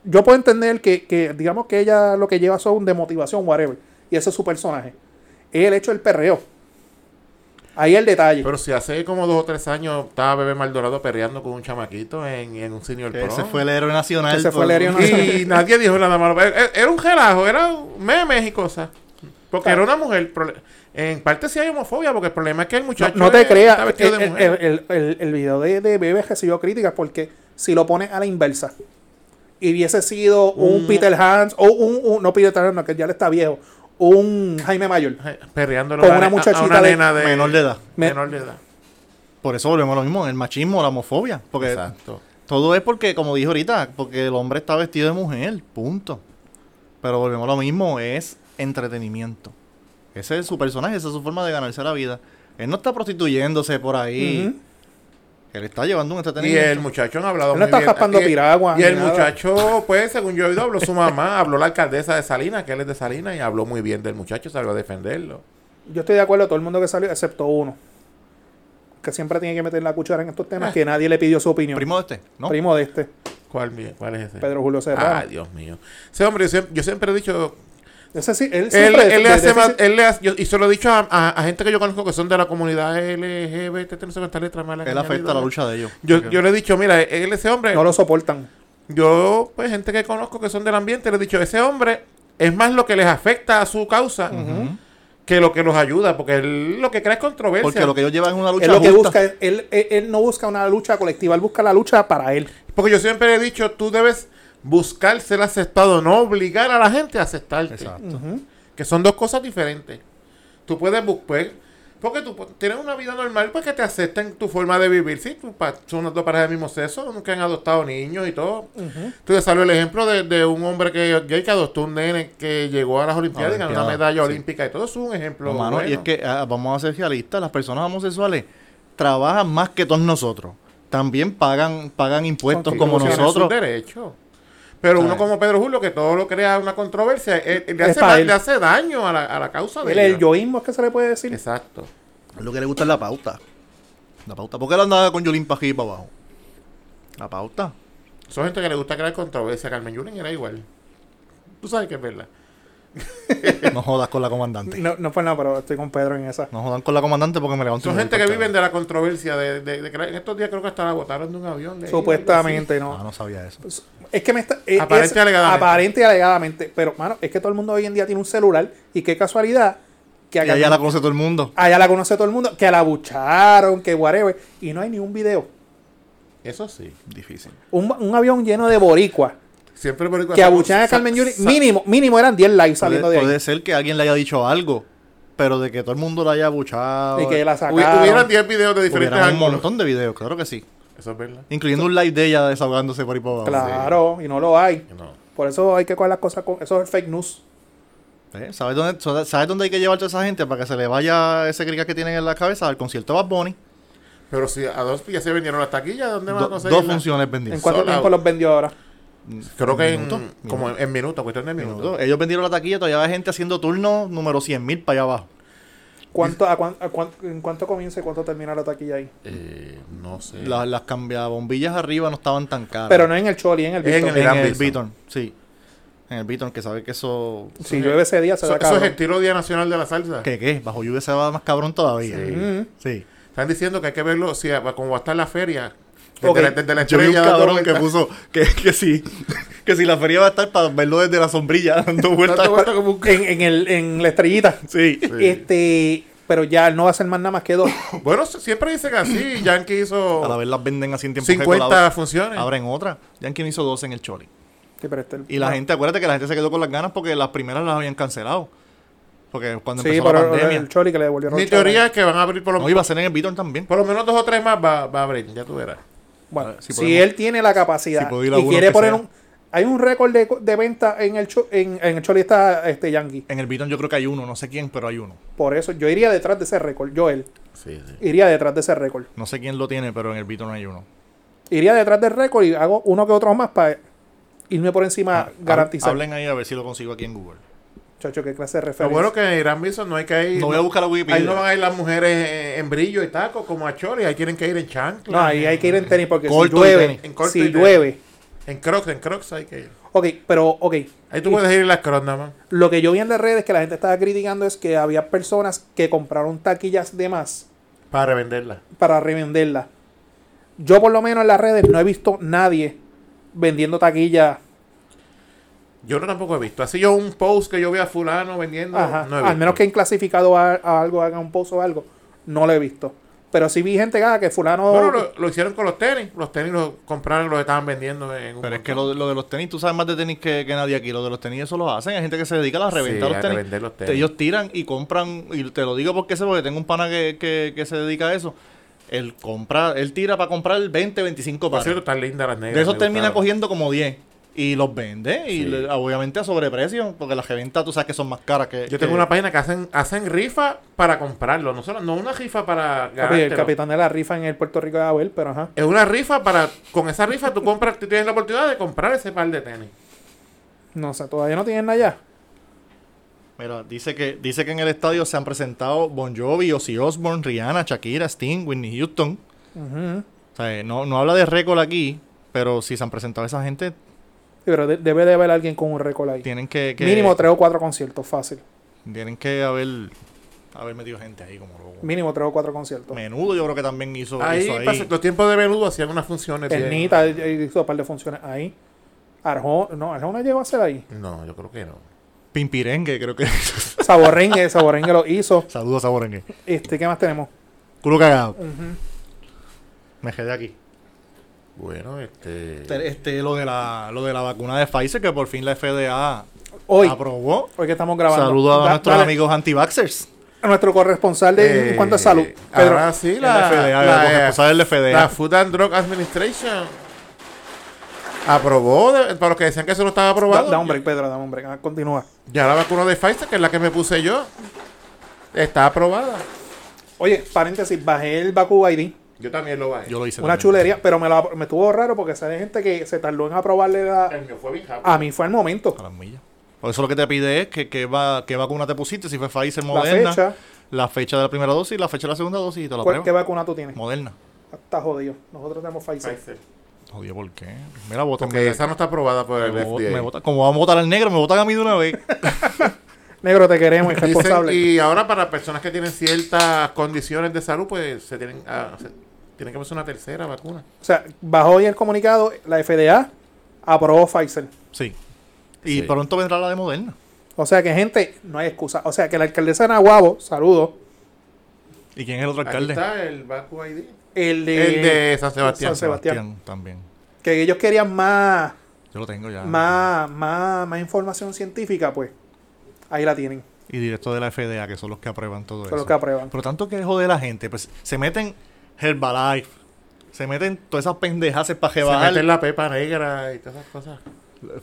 A: yo puedo entender que, que, digamos que ella lo que lleva son de motivación, whatever, y ese es su personaje. Es el hecho del perreo. Ahí el detalle.
B: Pero si hace como dos o tres años estaba Bebé Maldorado perreando con un chamaquito en, en un senior pro.
C: Ese fue el héroe nacional.
A: Ese fue
C: por-
A: el héroe nacional.
B: Y nadie dijo nada malo. Era era un relajo, eran memes y cosas. Porque
A: Claro.
B: era una mujer. Prole- En parte sí hay homofobia, porque el problema es que el
A: No,
B: muchacho.
A: no te
B: es-
A: creas, eh,
B: está vestido
A: el,
B: de mujer.
A: el- el- el- el video de, de Bebe recibió críticas porque si lo pones a la inversa y hubiese sido un,
B: Un-
A: Peter Hans o un, un- no Peter Hans, no, que ya le está viejo, un Jaime Mayor,
B: Ay, Perreándole
A: con
B: eh, a
A: una
B: a- a
A: muchachita
B: una
A: de-
B: nena de,
C: Menor de edad.
A: Me-
B: menor de edad.
C: Por eso volvemos a lo mismo, el machismo, la homofobia. Porque
B: Exacto.
C: todo es porque, como dije ahorita, porque el hombre está vestido de mujer, punto. Pero volvemos a lo mismo, es entretenimiento. Ese es su personaje, esa es su forma de ganarse la vida. Él no está prostituyéndose por ahí.
A: Ujú.
C: Él está llevando un
B: Y
C: entretenimiento.
B: el muchacho no ha hablado
A: Él no
B: muy
A: está
B: bien.
A: raspando
B: Y-
A: piraguas
B: Y
A: ni
B: el
A: nada.
B: muchacho, pues, según yo he oído, habló su mamá, habló la alcaldesa de Salinas, que él es de Salinas, y habló muy bien del muchacho, salió a defenderlo.
A: yo estoy de acuerdo todo el mundo que salió, excepto uno, que siempre tiene que meter la cuchara en estos
B: Ah.
A: temas, que nadie le pidió su opinión. Primo,
C: Primo de este, ¿no?
A: de este,
B: ¿Cuál, mi- cuál es ese?
A: Pedro Julio Serrano.
B: Ay, Dios mío. Ese hombre, yo siem- yo siempre he dicho
A: Ese sí, él,
B: Él,
A: siempre-
B: él le
A: de-
B: hace
A: de-
B: más, él le hace- yo- y se lo he dicho a, a- a gente que yo conozco que son de la comunidad LGBT, no sé cuántas letras malas que
C: Él
B: han
C: afecta
B: añadido.
C: la lucha de ellos.
B: Yo,
C: Porque-
B: yo le he dicho, mira, él ese hombre,
A: no lo soportan.
B: yo, pues gente que conozco que son del ambiente, le he dicho, ese hombre es más lo que les afecta a su causa
C: Ujú.
B: que lo que los ayuda, porque él lo que crea es controversia.
C: Porque lo que ellos llevan es una lucha
A: Él lo que
C: justa.
A: busca, es- él, él- él no busca una lucha colectiva, él busca la lucha para él.
B: Porque yo siempre he dicho, tú debes buscar ser aceptado, no obligar a la gente a aceptarte.
C: Exacto.
A: Ujú.
B: Que son dos cosas diferentes. Tú puedes buscar. Porque tú pu- tienes una vida normal para que te acepten tu forma de vivir. Sí, tú pa- son las dos parejas del mismo sexo, que han adoptado niños y todo. Entonces salió el ejemplo de, de un hombre que gay que adoptó un nene que llegó a las Olimpiadas y ganó una
C: Olimpiadas,
B: medalla
C: sí.
B: olímpica y todo. Eso es un ejemplo.
C: Hermano,
B: bueno.
C: y es que ah, vamos a ser realistas, las personas homosexuales trabajan más que todos nosotros. También pagan, pagan impuestos
A: Son
C: como
B: Tienen
C: nosotros.
B: sus derechos. Pero uno
C: ¿Sabes?
B: como Pedro Julio, que todo lo crea una controversia, él- él le,
A: Es
B: hace,
A: pa'
B: da-
A: él.
B: le hace daño a la, a la causa de
A: Él es el
B: ella.
A: yoísmo, es que se le puede decir.
B: Exacto.
C: Lo que le gusta es la pauta. La pauta. ¿Por qué él andaba con Yolín para aquí y para abajo? La pauta.
B: Son gente que le gusta crear controversia. Carmen Yulín era igual. Tú sabes que es verdad.
C: No jodas con la comandante.
A: No, no fue nada, pero estoy con Pedro en esa.
C: No jodan con la comandante porque me levanto. y
B: Son
C: me
B: gente
C: voy
B: que
C: para
B: viven
C: acá.
B: de la controversia. De, de- de crear- en estos días creo que hasta la botaron de un avión. de ahí, algo
A: Supuestamente,
C: Ah,
A: no.
C: no sabía eso.
A: Es que me está. es-
B: Aparente
A: es-
B: y alegadamente.
A: aparente y alegadamente. Pero, mano, es que todo el mundo hoy en día tiene un celular. Y qué casualidad que
C: Y
A: acá-
C: allá la conoce todo el mundo.
A: allá la conoce todo el mundo. Que la bucharon, que whatever. Y no hay ni un video.
B: así. Eso sí.
C: Difícil.
A: Un, un avión lleno de boricua
B: Siempre por
A: que abuchean a Carmen Yuri. Mínimo, mínimo eran 10 likes
C: Puede,
A: saliendo de ahí.
C: puede ser que alguien le haya dicho algo, pero de que todo el mundo la haya abuchado.
A: Y que la
B: Hubieran
A: sacaron.
B: 10 videos de diferentes
C: Hubieran un
B: ángulos.
C: montón de videos, claro que sí.
B: Eso es verdad.
C: Incluyendo un live de ella desahogándose por ahí por abajo.
A: Claro, y no lo hay.
B: No.
A: Por eso hay que coger las cosas con. Eso es el fake news.
C: ¿Eh? ¿Sabes dónde, so- ¿Sabes dónde hay que llevar a toda esa gente para que se le vaya ese crica que tienen en la cabeza al concierto de Bad Bunny?
B: Pero si a dos ya se vendieron las taquillas, ¿dónde van a
C: Do-
B: conseguir?
C: dos
B: la-
C: funciones
A: ¿En
C: vendidas.
A: cuánto
B: Sold
A: tiempo
B: out.
A: los vendió ahora?
B: Creo que en,
C: Minuto,
B: como en, en minutos, cuestión de
C: Minuto.
B: minutos.
C: Ellos vendieron la taquilla, todavía hay gente haciendo turno número 100.000 para allá abajo.
A: ¿Cuánto, a cuán- a cuán- ¿En cuánto comienza y cuánto termina la taquilla ahí?
B: Eh, no sé.
C: Las, las cambiabombillas arriba no estaban tan caras.
A: Pero no en el Choli, en el
B: En
A: Victor.
B: el-
C: Ah, en
B: Gran
C: el
B: Bison.
C: Beaton, sí. En el Beaton, que sabe que eso...
A: Si llueve ese día, se
B: eso,
A: da
B: eso es
A: cabrón.
B: estilo Día Nacional de la Salsa.
C: ¿Qué qué? Bajo lluvia se va más cabrón todavía. Mm-hmm.
A: Mm.
B: Sí.
C: Sí.
B: Están diciendo que hay que verlo, si a- como va a estar la feria. Desde,
C: Ok,
B: la, desde la
C: Yo vi un
B: estrella. dando
C: cabrón que
B: vueltas.
C: puso que, que sí, que si la feria va a estar para verlo desde la sombrilla dando vueltas.
B: Dando vueltas como un c-
A: En, en el, en la estrellita.
C: Sí.
B: Sí.
A: Este, pero ya él no va a hacer más nada más que dos.
B: Bueno, s- siempre dicen así. Yankee
C: A la
B: hizo
C: vez las venden así en tiempo récord,
B: 50
C: la-
B: funciones.
C: Abren otra. Yankee me hizo dos en el Choli.
A: Sí, pero este-
B: Ah.
C: Y la gente, acuérdate que la gente se quedó con las ganas porque las primeras las habían cancelado. Porque cuando
A: Sí,
C: empezó la
A: pero
C: pandemia.
A: el Choli que le devolvieron.
B: Mi
A: el chavo.
B: teoría es que van a abrir por lo,
C: No iba a ser en el Beaton también.
B: por lo menos dos o tres más. Va, va a abrir, ya tú verás.
A: Bueno,
C: ver, si
A: si,
C: podemos-
A: él tiene la
C: si
A: capacidad
C: puedo ir a
A: y
C: uno
A: quiere
C: que
A: poner
C: sea.
A: un. Hay un récord de, de venta en el, Cho- en, en el Choli está este Yankee.
C: En el Beaton yo creo que hay uno, no sé quién, pero hay uno.
A: Por eso yo iría detrás de ese récord. Yo él
B: Sí, sí.
A: iría detrás de ese récord.
C: No sé quién lo tiene, pero en el Beaton hay uno.
A: Iría detrás del récord y hago uno que otro más para irme por
B: Ah,
A: encima garantizar.
C: Hablen ahí a ver si lo consigo aquí en Google.
A: Chacho, qué clase de
B: Lo
A: referencia.
B: bueno que en Irán Bison no hay que ir.
C: No voy a buscar la
B: ahí no
C: Wikipedia.
B: van a ir las mujeres eh, en brillo y tacos como a Chori. Ahí tienen que ir en chancla.
A: no, ahí hay que ir en tenis porque si
C: Corto y
A: llueve,
C: tenis.
B: En corto y
A: si
B: tenis.
A: llueve.
B: En Crocs, en Crocs hay que ir.
A: Ok, pero ok.
B: Ahí tú puedes ir en las Crocs nada más.
A: Lo que yo vi en las redes que la gente estaba criticando es que había personas que compraron taquillas de más
B: Para revenderlas.
A: para revenderla. Yo por lo menos en las redes no he visto nadie vendiendo taquilla.
B: Yo no tampoco he visto. Así yo un post que yo vi a fulano vendiendo.
A: Ajá.
B: no he
A: Al
B: visto.
A: menos que en clasificado a, a algo haga un pozo o algo. No lo he visto. Pero sí vi gente ah, que fulano...
B: Bueno, lo, lo hicieron con los tenis. Los tenis los compraron y los estaban vendiendo en un
C: Pero es que
B: montón.
C: lo, lo de los tenis, tú sabes más de tenis que, que nadie aquí. Lo de los tenis, eso lo hacen. Hay gente que se dedica a la reventa
B: Sí,
C: los
B: a
C: tenis.
B: revender los
C: Te-
B: tenis.
C: Ellos tiran y compran. Y te lo digo porque sé, porque tengo un pana que, que- que se dedica a eso. Él compra, él tira para comprar 20, 25
B: Por
C: pares.
B: cierto, están lindas las negras.
C: De esos
B: me
C: termina
B: gustaron.
C: cogiendo como 10. Y los vende. Y
B: Sí.
C: le- obviamente a sobreprecio. Porque las reventas tú sabes que son más caras que.
B: Yo tengo
A: Eh,
C: que-
B: una página que hacen, hacen rifa para comprarlo. No, solo, no una rifa para
A: Papi, el
B: ganártelo.
A: capitán de la rifa en el Puerto Rico de Abel, pero ajá.
B: Es una rifa para. Con esa rifa tú compras, tú tienes la oportunidad de comprar ese par de tenis.
A: No sé, todavía no tienen nada ya.
C: Mira, dice que, dice que en el estadio se han presentado Bon Jovi, Ozzy Osbourne, Rihanna, Shakira, Sting, Whitney Houston.
A: Ujú.
C: O sea, eh, no, no habla de récord aquí, pero si se han presentado esa gente,
A: Sí, pero de- debe de haber alguien con un récord ahí.
C: tienen que... que-
A: Mínimo tres o cuatro conciertos, fácil.
C: Tienen que haber, haber metido gente ahí como loco.
A: Mínimo tres o cuatro conciertos.
C: Menudo yo creo que también hizo
B: Ahí,
C: hizo ahí.
B: pasa- los tiempos de menudo hacían unas funciones. bien-
A: Ternita eh, hizo un par de funciones ahí. Arjona, no, Arjona llegó a hacer ahí.
B: No, yo creo que no.
C: Pimpirengue, creo que...
A: Saborrengue, Saborrengue lo hizo.
C: Saludos a Borengue.
A: Este, ¿qué más tenemos?
C: Culo cagado. Me quedé aquí.
B: Bueno, este.
C: Este, este, lo, de la, lo de la vacuna de Pfizer que por fin la FDA
A: Hoy,
C: aprobó.
A: hoy que estamos grabando.
C: Saludos Ah, a
A: Da-
C: nuestros
A: dale
C: amigos anti-vaxxers.
A: A nuestro corresponsal de, en
B: eh,
A: cuanto a salud. Pedro,
B: Ahora sí,
C: La,
B: la.
C: FDA,
B: la- eh,
C: el corresponsal del
A: pues,
C: FDA.
B: La Food and Drug Administration aprobó, de- para los que decían que eso no estaba
A: da,
B: aprobado,
A: da un break, Pedro, da un break. Ah, Continúa.
B: ya la vacuna de Pfizer, que es la que me puse yo, está aprobada.
A: Oye, paréntesis, bajé el Baku ID.
B: Yo también lo bajé.
C: yo lo hice.
A: Una
C: también.
A: chulería, pero me, la- me estuvo raro porque sale gente que se tardó en aprobarle la...
B: mío fue bien
A: A mí fue el momento.
C: A las millas. Por eso lo que te pide es que, que va, qué vacuna te pusiste, si fue Pfizer,
A: La
C: Moderna, la fecha.
A: fecha.
C: de la primera dosis, la fecha de la segunda dosis y te la
A: ¿Cuál- ¿Qué
C: prueba.
A: vacuna tú tienes?
C: Moderna.
A: Está jodido. Nosotros tenemos Pfizer.
C: Jodido, ¿por qué? Mira, votan.
B: Porque esa no está aprobada por el
C: me, vo- me
B: FDA.
C: votan- Como vamos a votar al negro, me votan a mí de una vez.
A: Negro, te queremos,
B: Dicen-
A: irresponsable.
B: y ahora para personas que tienen ciertas condiciones de salud, pues se tienen, ah, se- tienen que poner una tercera vacuna.
A: O sea, bajó hoy el comunicado, la FDA aprobó Pfizer.
C: Sí. Y
B: Sí.
C: pronto vendrá la de Moderna.
A: O sea que, gente, no hay excusa. O sea que la alcaldesa de Nahuabo, saludos.
C: ¿Y quién es el otro
B: Aquí
C: alcalde?
B: está el Vacu ID.
A: El de,
B: El de San Sebastián.
A: San Sebastián.
C: también.
A: Que ellos querían más,
C: Yo lo tengo ya.
A: más, más, más información científica, pues. Ahí la tienen.
C: Y directo de la FDA, que son
B: Pues
C: los que aprueban todo
A: Son
C: eso.
A: los que aprueban.
C: Por tanto, que jode la gente. Pues se meten Herbalife, Se meten todas esas pendejas para
B: Se
C: rebajar.
B: meten la pepa negra y todas esas cosas.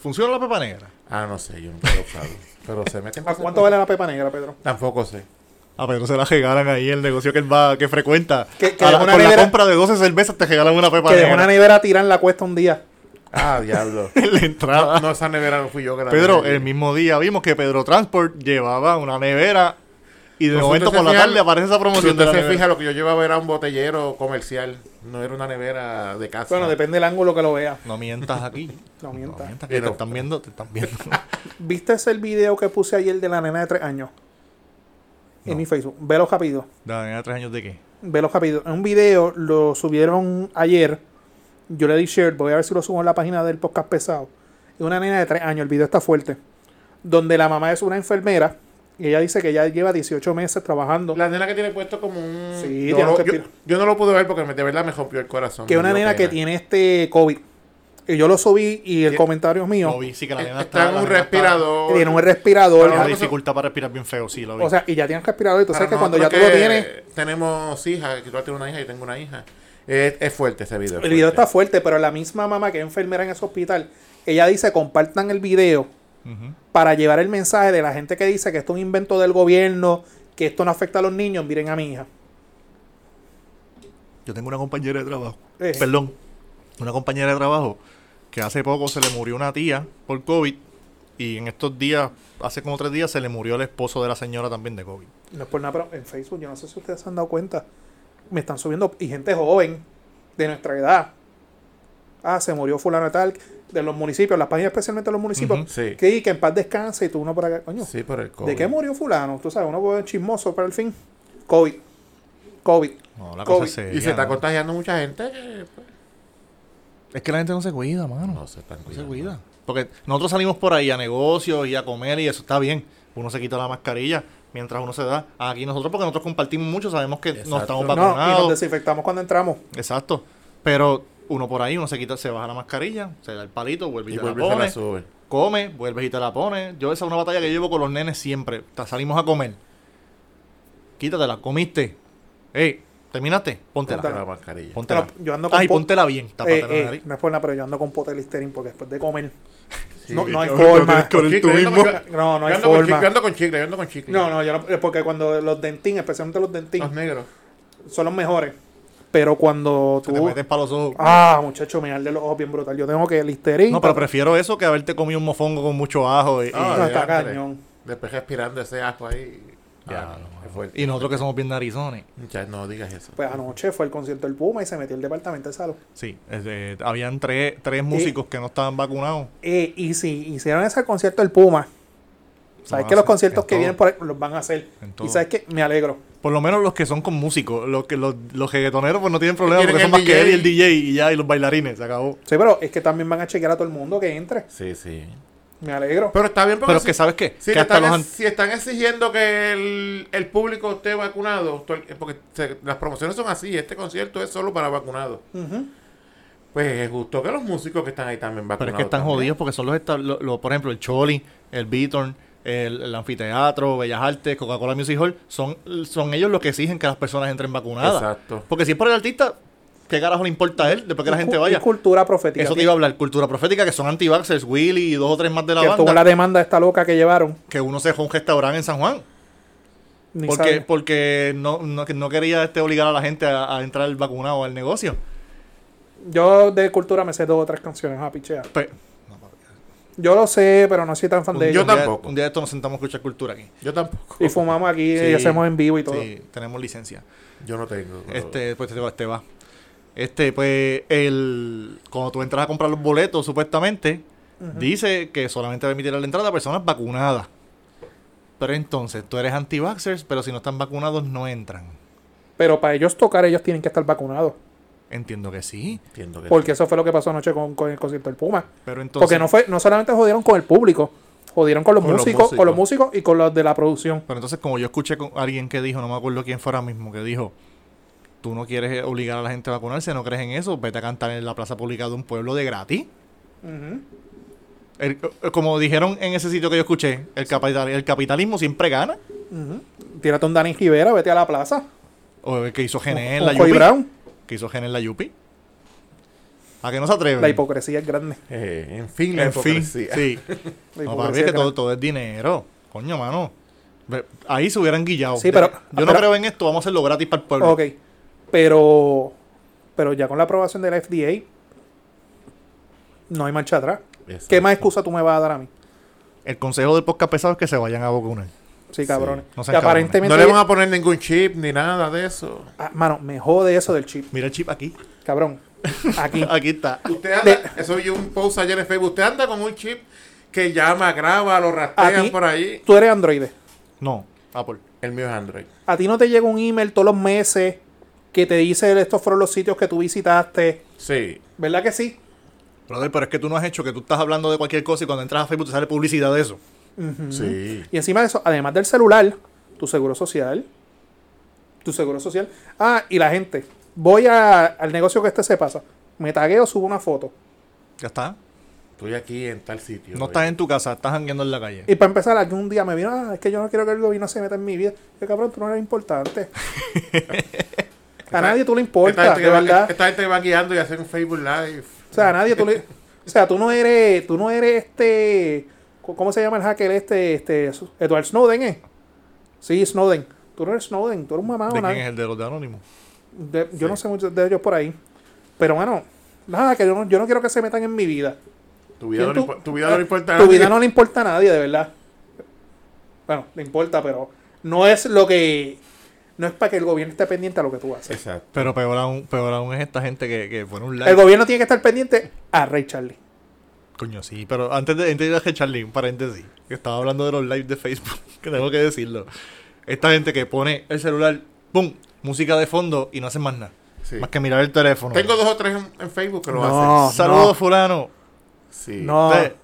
C: ¿Funciona la pepa negra?
B: Ah, no sé, yo nunca lo he usado. Pero se meten.
A: ¿A
B: cosas
A: cuánto
B: por-
A: vale la pepa negra, Pedro?
B: Tampoco sé.
C: Ah, pero se la regalan ahí el negocio que él va, que frecuenta.
A: Que- que
C: A la-
A: una
C: con la
A: nevera-
C: compra de 12 cervezas te regalan una pepa
A: Que dejó
C: negra
A: una nevera tirada en la cuesta un día.
B: Ah, diablo.
C: en la entrada.
B: No, esa nevera no fui yo que la
C: Pedro,
B: dejé.
C: el mismo día vimos que Pedro Transport llevaba una nevera y de
B: Pues,
C: momento
B: usted
C: por la
B: se fija-
C: tarde aparece esa
B: Si
C: promoción de
B: usted
C: la
B: se
C: nevera.
B: fija, lo que yo llevaba era un botellero comercial. No era una nevera de casa.
A: Bueno, depende del ángulo que lo vea.
C: No mientas aquí.
A: No
C: No
A: mientas.
C: mientas que te
B: Pero-
C: están viendo, te están viendo.
A: ¿Viste el video que puse ayer de la nena de tres años? En
C: No.
A: mi Facebook. Velo rápido.
C: ¿De la nena de tres años de qué?
A: Velo rápido. En un video lo subieron ayer. Yo le di share. Voy a ver si lo subo en la página del podcast pesado. Es una nena de tres años. El video está fuerte. Donde la mamá es una enfermera. Y ella dice que ya lleva 18 meses trabajando.
B: La nena que tiene puesto como un.
A: Sí,
B: yo,
A: tiene
B: no-
A: que
B: yo-
A: tirar.
B: yo no lo pude ver porque me- de verdad me rompió el corazón.
A: que es
B: me
A: una
B: dio
A: nena que
B: pena.
A: tiene este COVID. Y yo lo subí y el
B: Tie-
A: comentario es mío.
C: Lo vi, sí que la nena
B: Eh, Está,
C: está.
B: en
C: la
B: un
C: nena está-
A: que
B: respirador.
A: Tiene un respirador.
C: Tiene
B: Para
C: una
B: nosotros-
C: dificultad para respirar bien feo, sí, lo vi.
A: O sea, y ya tiene un respirador. Tú
B: Para
A: sabes que cuando ya tú
B: nosotros
A: lo
B: que
A: tienes.
B: Tenemos hijas, que tú tienes una hija y tengo una hija. Es, es fuerte ese video. es
A: El video
B: fuerte.
A: está fuerte, pero la misma mamá que es enfermera en ese hospital, ella dice compartan el video
C: Ujú.
A: para llevar el mensaje de la gente que dice que esto es un invento del gobierno, que esto no afecta a los niños, miren a mi hija.
C: Yo tengo una compañera de trabajo.
A: Eh.
C: Perdón. Una compañera de trabajo que hace poco se le murió una tía por COVID. Y en estos días, hace como tres días, se le murió el esposo de la señora también de COVID.
A: No es por nada, pero en Facebook, yo no sé si ustedes se han dado cuenta, me están subiendo, y gente joven, de nuestra edad. Ah, se murió fulano de tal, de los municipios, las páginas especialmente de los municipios,
C: Ujú.
B: Sí.
A: que, que en paz descanse y tú uno por acá, coño,
B: Sí, por el COVID.
A: ¿de qué murió fulano? Tú sabes, uno puede chismoso, pero al fin, COVID, COVID.
C: No, la
A: COVID.
C: cosa seria,
B: Y se está
C: ¿no?
B: contagiando mucha gente que pues,
C: Es que la gente no se cuida, mano.
B: no se están
C: No se
B: cuidando.
C: cuida. Porque nosotros salimos por ahí a negocios y a comer y eso está bien. Uno se quita la mascarilla mientras uno se da. Aquí nosotros, porque nosotros compartimos mucho, sabemos que no
B: Exacto.
C: estamos
A: No,
B: No,
A: y nos
C: vacunados.
A: desinfectamos cuando entramos.
C: Exacto. Pero uno por ahí, uno se quita, se baja la mascarilla, se da el palito, vuelve y,
B: Y
C: te
B: vuelve
C: la
B: y se
C: pone.
B: la sube.
C: come, vuelves y te la pones. Yo esa es una batalla que llevo con los nenes siempre. Ta- Salimos a comer. Quítatela, comiste. Ey, terminaste,
B: Ponte
C: póntela.
B: la mascarilla.
C: Póntela.
A: Pero yo ando con
C: Ay,
A: po-
C: póntela bien, tápate
A: Eh,
C: la
A: eh,
C: nariz.
A: no es por nada, pero yo ando con pote de Listerine porque después de comer
B: Sí.
A: no, no hay
B: Yo-
A: forma.
B: yo- yo- yo-
A: No, no hay
B: yo ando
A: forma.
B: con chicle, Yo ando con chicle, yo ando con chicle.
A: No, no, yo no, eh, porque cuando los dentín, especialmente los dentín,
B: Los negros.
A: son los mejores. Pero cuando
C: Te
A: tú.
C: metes para los ojos.
A: Ah, muchacho, me arde los ojos bien brutal. Yo tengo que Listerine.
C: No, pero
A: pa-
C: prefiero eso que haberte comido un mofongo con mucho ajo. Y, y-
A: Ah, está
B: diantre.
A: cañón.
B: Después respirando ese ajo ahí. Ya,
C: Ah, no,
B: es fuerte.
C: y ah, nosotros que somos bien narizones.
B: Ya, no digas eso.
A: Pues anoche fue el concierto del Puma y se metió el departamento de salud.
C: Sí, es de- habían tres, tres músicos que no estaban vacunados.
A: Eh, y si hicieron ese concierto del Puma, sabes
C: van
A: que
C: a
A: los
C: hacer
A: conciertos
C: en
A: que
C: todo.
A: vienen por ahí los van a hacer.
C: En
A: Y
C: todo.
A: sabes que me alegro.
C: Por lo menos los que son con músicos. Los, que, los, los reggaetoneros pues no tienen problema
B: Tienen
C: porque son
B: el
C: más que él y el
B: DJ.
C: DJ y ya, y los bailarines, se acabó.
A: Sí, pero es que también van a chequear a todo el mundo que entre.
B: Sí, sí.
A: Me alegro.
B: Pero está bien porque
C: Pero es
B: si-
C: que, ¿sabes qué?
B: Si,
C: que
B: te
C: hasta
B: están,
C: los
B: ex-
C: an-
B: si están exigiendo que el, el público esté vacunado, tú- porque se- las promociones son así, este concierto es solo para vacunados.
A: Ujú.
B: Pues es justo que los músicos que están ahí también vacunados.
C: Pero es que están
B: Ah, también.
C: jodidos porque son los, esta- lo- lo- por ejemplo, el Choli, el Beaton, el, el Anfiteatro, Bellas Artes, Coca-Cola Music Hall, son, son ellos los que exigen que las personas entren vacunadas.
B: Exacto.
C: Porque si es por el artista, ¿qué carajo le importa a él después que la
A: Es
C: gente
A: cu-
C: vaya?
A: es cultura profética.
C: Eso te iba a hablar, cultura profética, que son anti-vaxxers, Willy y dos o tres más de la
A: que tuvo
C: banda,
A: la demanda esta loca que llevaron.
C: que uno se dejó un restaurante en San Juan.
A: Ni
C: Porque,
A: sabe.
C: porque no, no, que no quería este, obligar a la gente a, a entrar vacunado al negocio.
A: Yo de cultura me sé dos o tres canciones a pichear.
C: Pe-
A: Yo lo sé, pero no soy tan fan de
B: Yo
A: ellos.
C: Pues, un día-
B: tampoco.
C: un día de esto nos sentamos a escuchar cultura aquí.
B: Yo tampoco.
A: Y fumamos aquí
C: Sí.
A: y hacemos en vivo y todo.
C: Sí, tenemos licencia.
B: Yo no tengo. pero-
C: Este, pues te va, te va. Este, pues, el, cuando tú entras a comprar los boletos, supuestamente, dice que solamente permitirá la entrada a personas vacunadas. Pero entonces, tú eres anti-vaxxers, pero si no están vacunados, no entran.
A: Pero para ellos tocar, ellos tienen que estar vacunados.
C: Entiendo que sí.
B: Entiendo que
A: Porque eso fue lo que pasó anoche con, con el concierto del Puma.
C: Pero entonces.
A: Porque no fue, no solamente jodieron con el público, jodieron con los,
B: Con los
A: músicos, con los músicos y con los de la producción.
C: Pero entonces, como yo escuché con alguien que dijo, no me acuerdo quién fue ahora mismo, que dijo: Tú no quieres obligar a la gente a vacunarse, no crees en eso, vete a cantar en la plaza pública de un pueblo de gratis.
A: Ujú.
C: El- eh, como dijeron en ese sitio que yo escuché, el, capital, el capitalismo siempre gana.
A: Tírate un Dani Rivera, vete a la plaza.
C: O el que hizo Gené
A: Un-
C: en la
A: un Joy
C: Yupi.
A: Brown.
C: Que hizo Gené en la Yupi. ¿A que no se atreven?
A: La hipocresía es grande.
B: Eh, en fin, la
C: En fin, sí.
B: hipocresía.
A: La
C: No,
A: hipocresía
C: papi, es que
A: es
C: todo,
A: grande.
C: todo es dinero. Coño, mano. Ve- Ahí se hubieran guillado.
A: Sí, pero-
C: Yo no
A: pero-
C: creo en esto, vamos a hacerlo gratis para el pueblo.
A: Ok. Pero, pero ya con la aprobación de la FDA, no hay marcha atrás.
B: Exacto.
A: ¿Qué más excusa tú me vas a dar a mí?
C: El consejo del podcast pesado es que se vayan a vacunar.
A: Sí, cabrones.
C: no
A: Que
C: sean cabrones.
A: aparentemente.
B: No le van a poner ningún chip ni nada de eso.
A: Ah, mano, me jode eso del chip,
C: Mira el chip aquí.
A: cabrón. Aquí.
C: Aquí está.
B: Usted anda,
A: De-
B: eso yo un post ayer en Facebook. Usted anda con un chip que llama, graba, lo
A: ¿A
B: rastrean
A: ti?
B: por ahí.
A: Tú eres androide.
C: No, Apple.
B: El mío es Android.
A: A ti no te llega un email todos los meses que te dice estos fueron los sitios que tú visitaste.
B: Sí.
A: ¿Verdad que sí?
C: Brother, pero es que tú no has hecho que tú estás hablando de cualquier cosa y cuando entras a Facebook te sale publicidad de eso.
A: Mm.
B: Sí.
A: Y encima de eso, además del celular, tu seguro social. Tu seguro social. Ah, y la gente. Voy a- al negocio que este se pasa. Me tagueo, subo una foto.
C: Ya está.
B: Estoy aquí en tal sitio.
C: No estás en tu casa, estás jangueando en la calle.
A: Y para empezar, algún día me vino, ah, es que yo no quiero que el gobierno se meta en mi vida. Yo, cabrón, tú no eres importante. a nadie tú le
B: Esta
A: importa,
B: gente,
A: de
B: que va,
A: verdad.
B: esta gente que va guiando y hace un Facebook Live.
A: O sea, a nadie tú le... O sea, tú no eres, tú no eres este... ¿Cómo se llama el hacker este? este Edward Snowden, ¿eh? Sí, Snowden. Tú no eres Snowden, tú eres un mamá
C: ¿De quién es el de los de Anónimos?
A: De- Yo no sé muchos de ellos por ahí. Pero bueno, nada, que yo no, yo no quiero que se metan en mi vida.
B: Tu vida, no,
A: ¿Quién
B: le
A: tú-
B: impo- tu vida no le importa a
A: Tu
B: nadie.
A: vida no le importa a nadie, de verdad. Bueno, le importa, pero no es lo que. No es para que el gobierno esté pendiente a lo que tú haces.
B: Exacto.
C: Pero peor aún, peor aún es esta gente que, que pone un
A: El
C: like.
A: gobierno tiene que estar pendiente a Ray Charlie.
C: Coño, sí, pero antes de, antes de ir a Charlie, un paréntesis. Que estaba hablando de los lives de Facebook, que tengo que decirlo. Esta gente que pone el celular, ¡pum! Música de fondo y no hacen más nada.
B: Sí.
C: Más que mirar el teléfono.
B: Tengo dos o tres en, en Facebook que lo
A: No.
B: hacen.
C: Saludos,
A: no.
C: fulano.
B: Sí.
A: No,
C: Te-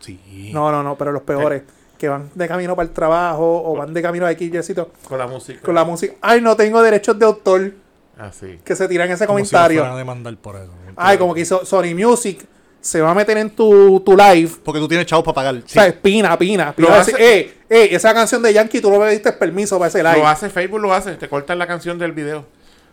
C: Sí.
A: no, no, no, pero los peores. Que van de camino para el trabajo o van de camino a X, Ycito,
B: Con la música. Ah,
A: con la música. Ay, no tengo derechos de autor.
B: Así.
A: Que se tiran ese
C: Como si me
A: comentario.
C: fueran a demandar por eso.
A: Ay, como que hizo Sony Music se va a meter en tu, tu live.
C: Porque tú tienes chavos para pagar.
A: O sea, pina, pina. pina
B: Lo
A: va a decir,
B: hace-
A: eh, eh, esa canción de Yankee tú no me diste permiso para ese live.
B: Lo hace, Facebook lo hace. Te cortan la canción del video.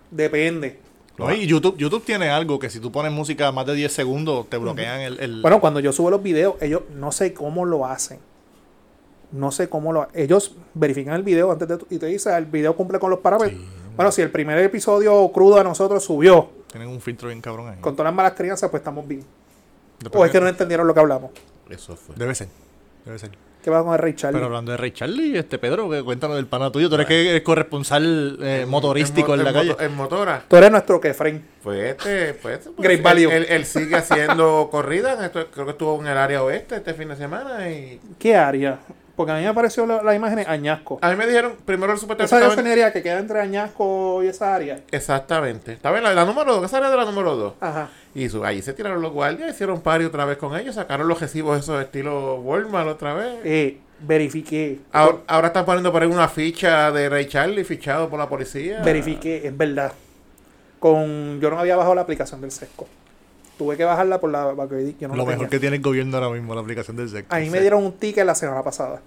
A: Depende.
C: No, y YouTube, YouTube tiene algo que si tú pones música más de 10 segundos, te bloquean el. el-
A: Bueno, cuando yo subo los videos, ellos no sé cómo lo hacen. No sé cómo lo Ellos verifican el video antes de tu- y te dicen, el video cumple con los parámetros. Bueno, si el primer episodio crudo a nosotros subió
C: tienen un filtro bien cabrón ahí.
A: con todas las malas crianzas, pues estamos bien.
C: Depende-
A: O es que no entendieron lo que hablamos.
B: Eso fue.
C: Debe ser. Debe ser.
A: ¿Qué va con el Ray Charlie?
C: Pero pues. hablando de Ray Charlie, este Pedro, que cuéntanos del pana tuyo. Tú eres que es corresponsal eh, motorístico
B: mo-
C: en la
B: moto-
C: calle.
B: En motora.
A: Tú eres nuestro Kefren.
B: Pues este, pues este, pues,
A: Great
B: él-
A: value.
B: Él, él sigue haciendo corridas. Esto- creo que estuvo en el área oeste este fin de semana. Y
A: ¿Qué área? Porque a mí me apareció la, la imagen de Añasco.
B: a mí me dijeron, primero el
A: Esa
B: supermercado.
A: gasolinería que queda entre Añasco y esa área.
B: Exactamente. Estaba en la, la número 2, esa era de la número 2.
A: Ajá.
B: Y su, ahí se tiraron los guardias, hicieron pari otra vez con ellos, sacaron los recibos esos estilo Walmart otra vez.
A: Eh, verifiqué.
B: Ahora, ahora están poniendo por ahí una ficha de Ray Charlie fichado por la policía.
A: Verifiqué, es verdad. Con, yo no había bajado la aplicación del sesco. Tuve que bajarla por la porque yo no
C: Lo
A: la
C: mejor que
A: tenía.
C: tiene el gobierno ahora mismo, la aplicación del sector.
A: A mí me dieron un ticket la semana pasada.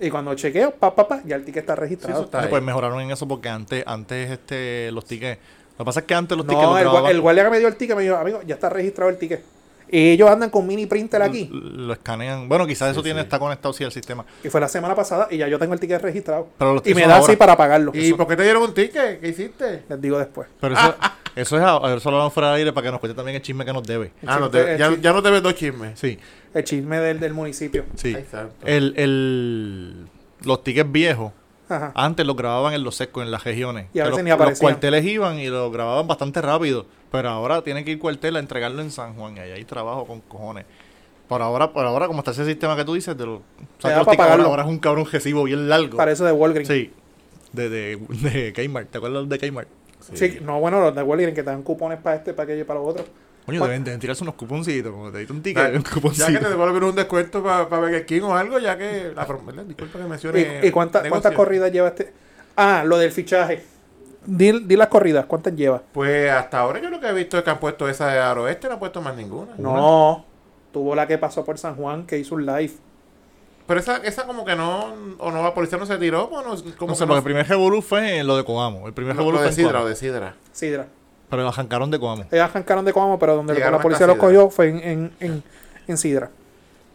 A: Y cuando chequeo, pa, pa, pa, ya el ticket está
B: Sí, eso
A: registrado.
B: está ahí.
C: Pues mejoraron en eso porque antes, antes este, los tickets. Lo que pasa es que antes los tickets.
A: no,
C: los
A: el, gua-
C: grababa-
A: el guardia que me dio el ticket me dijo, amigo, ya está registrado el ticket. Y ellos andan con mini printer aquí.
C: Lo escanean. Bueno, quizás eso tiene
B: sí.
C: está conectado sí al sistema.
A: Y fue la semana pasada y ya yo tengo el ticket registrado.
C: Pero los
A: Y
C: tickets
A: me
C: son
A: da
C: ahora.
A: así para pagarlo.
B: ¿Y pues por qué te dieron un ticket? ¿Qué hiciste?
A: Les digo después.
C: Pero eso, eso es a- eso lo vamos fuera de aire para que nos cuente también el chisme que nos debe.
B: Ah, no
A: chiste-
B: te-
A: el
B: ya,
A: chiste-
B: ya no te ves dos chismes.
C: Sí,
A: El chisme del, del municipio.
C: sí.
B: Ay,
A: Eh,
B: santo.
C: El, el, los tickets viejos,
A: Ajá.
C: antes los grababan en los secos, en las regiones.
A: Y a
C: Que
A: veces
C: los,
A: ni aparecían.
C: Los cuarteles iban y lo grababan bastante rápido. Pero ahora tienen que ir cuartel a entregarlo en San Juan. Y ahí hay trabajo con cojones. Por ahora, por ahora como está ese sistema que tú dices, de los, o
A: da
C: sea, que los
A: pa'
C: tickets ahora,
A: pagarlo.
C: ahora es un cabrón recibo bien largo.
A: Para eso de Walgreens.
C: Sí, de, de, de Kmart. ¿Te acuerdas de Kmart?
A: Sí, no, bueno, los de Walgreens que te dan cupones para este, para aquello y para lo otro.
C: Coño,
A: Bueno.
C: deben, deben tirarse unos cuponcitos. Como te diste un ticket,
B: Ya-
C: un
B: Ya que te
C: cuponcito.
B: devuelven un descuento para pa Burger King o algo, ya que. La, pro- ¿verdad? disculpa que mencione.
A: ¿Y, y cuánta-
B: negocio.
A: cuántas corridas lleva este? Ah, lo del fichaje. Di, di las corridas, ¿cuántas lleva?
B: Pues hasta ahora yo lo que he visto es que han puesto esa de Aroeste, no han puesto más ninguna.
A: No, tuvo la que pasó por San Juan, que hizo un live.
B: Pero esa, esa como que no, o no, la policía no se tiró, pues no, como
C: No sé, porque
B: que no-
C: el primer revolú fue en lo de Coamo. El primer
B: lo,
C: revolú
B: lo
C: fue
B: de
C: en
B: Sidra,
C: Coamo.
B: lo de Sidra.
A: Sidra.
C: Pero Pero arrancaron de Coamo.
A: Ellos arrancaron de Coamo, pero donde
B: Llegaron
A: la policía
B: hasta
A: los
B: Sidra.
A: cogió fue en, en, en, en Sidra.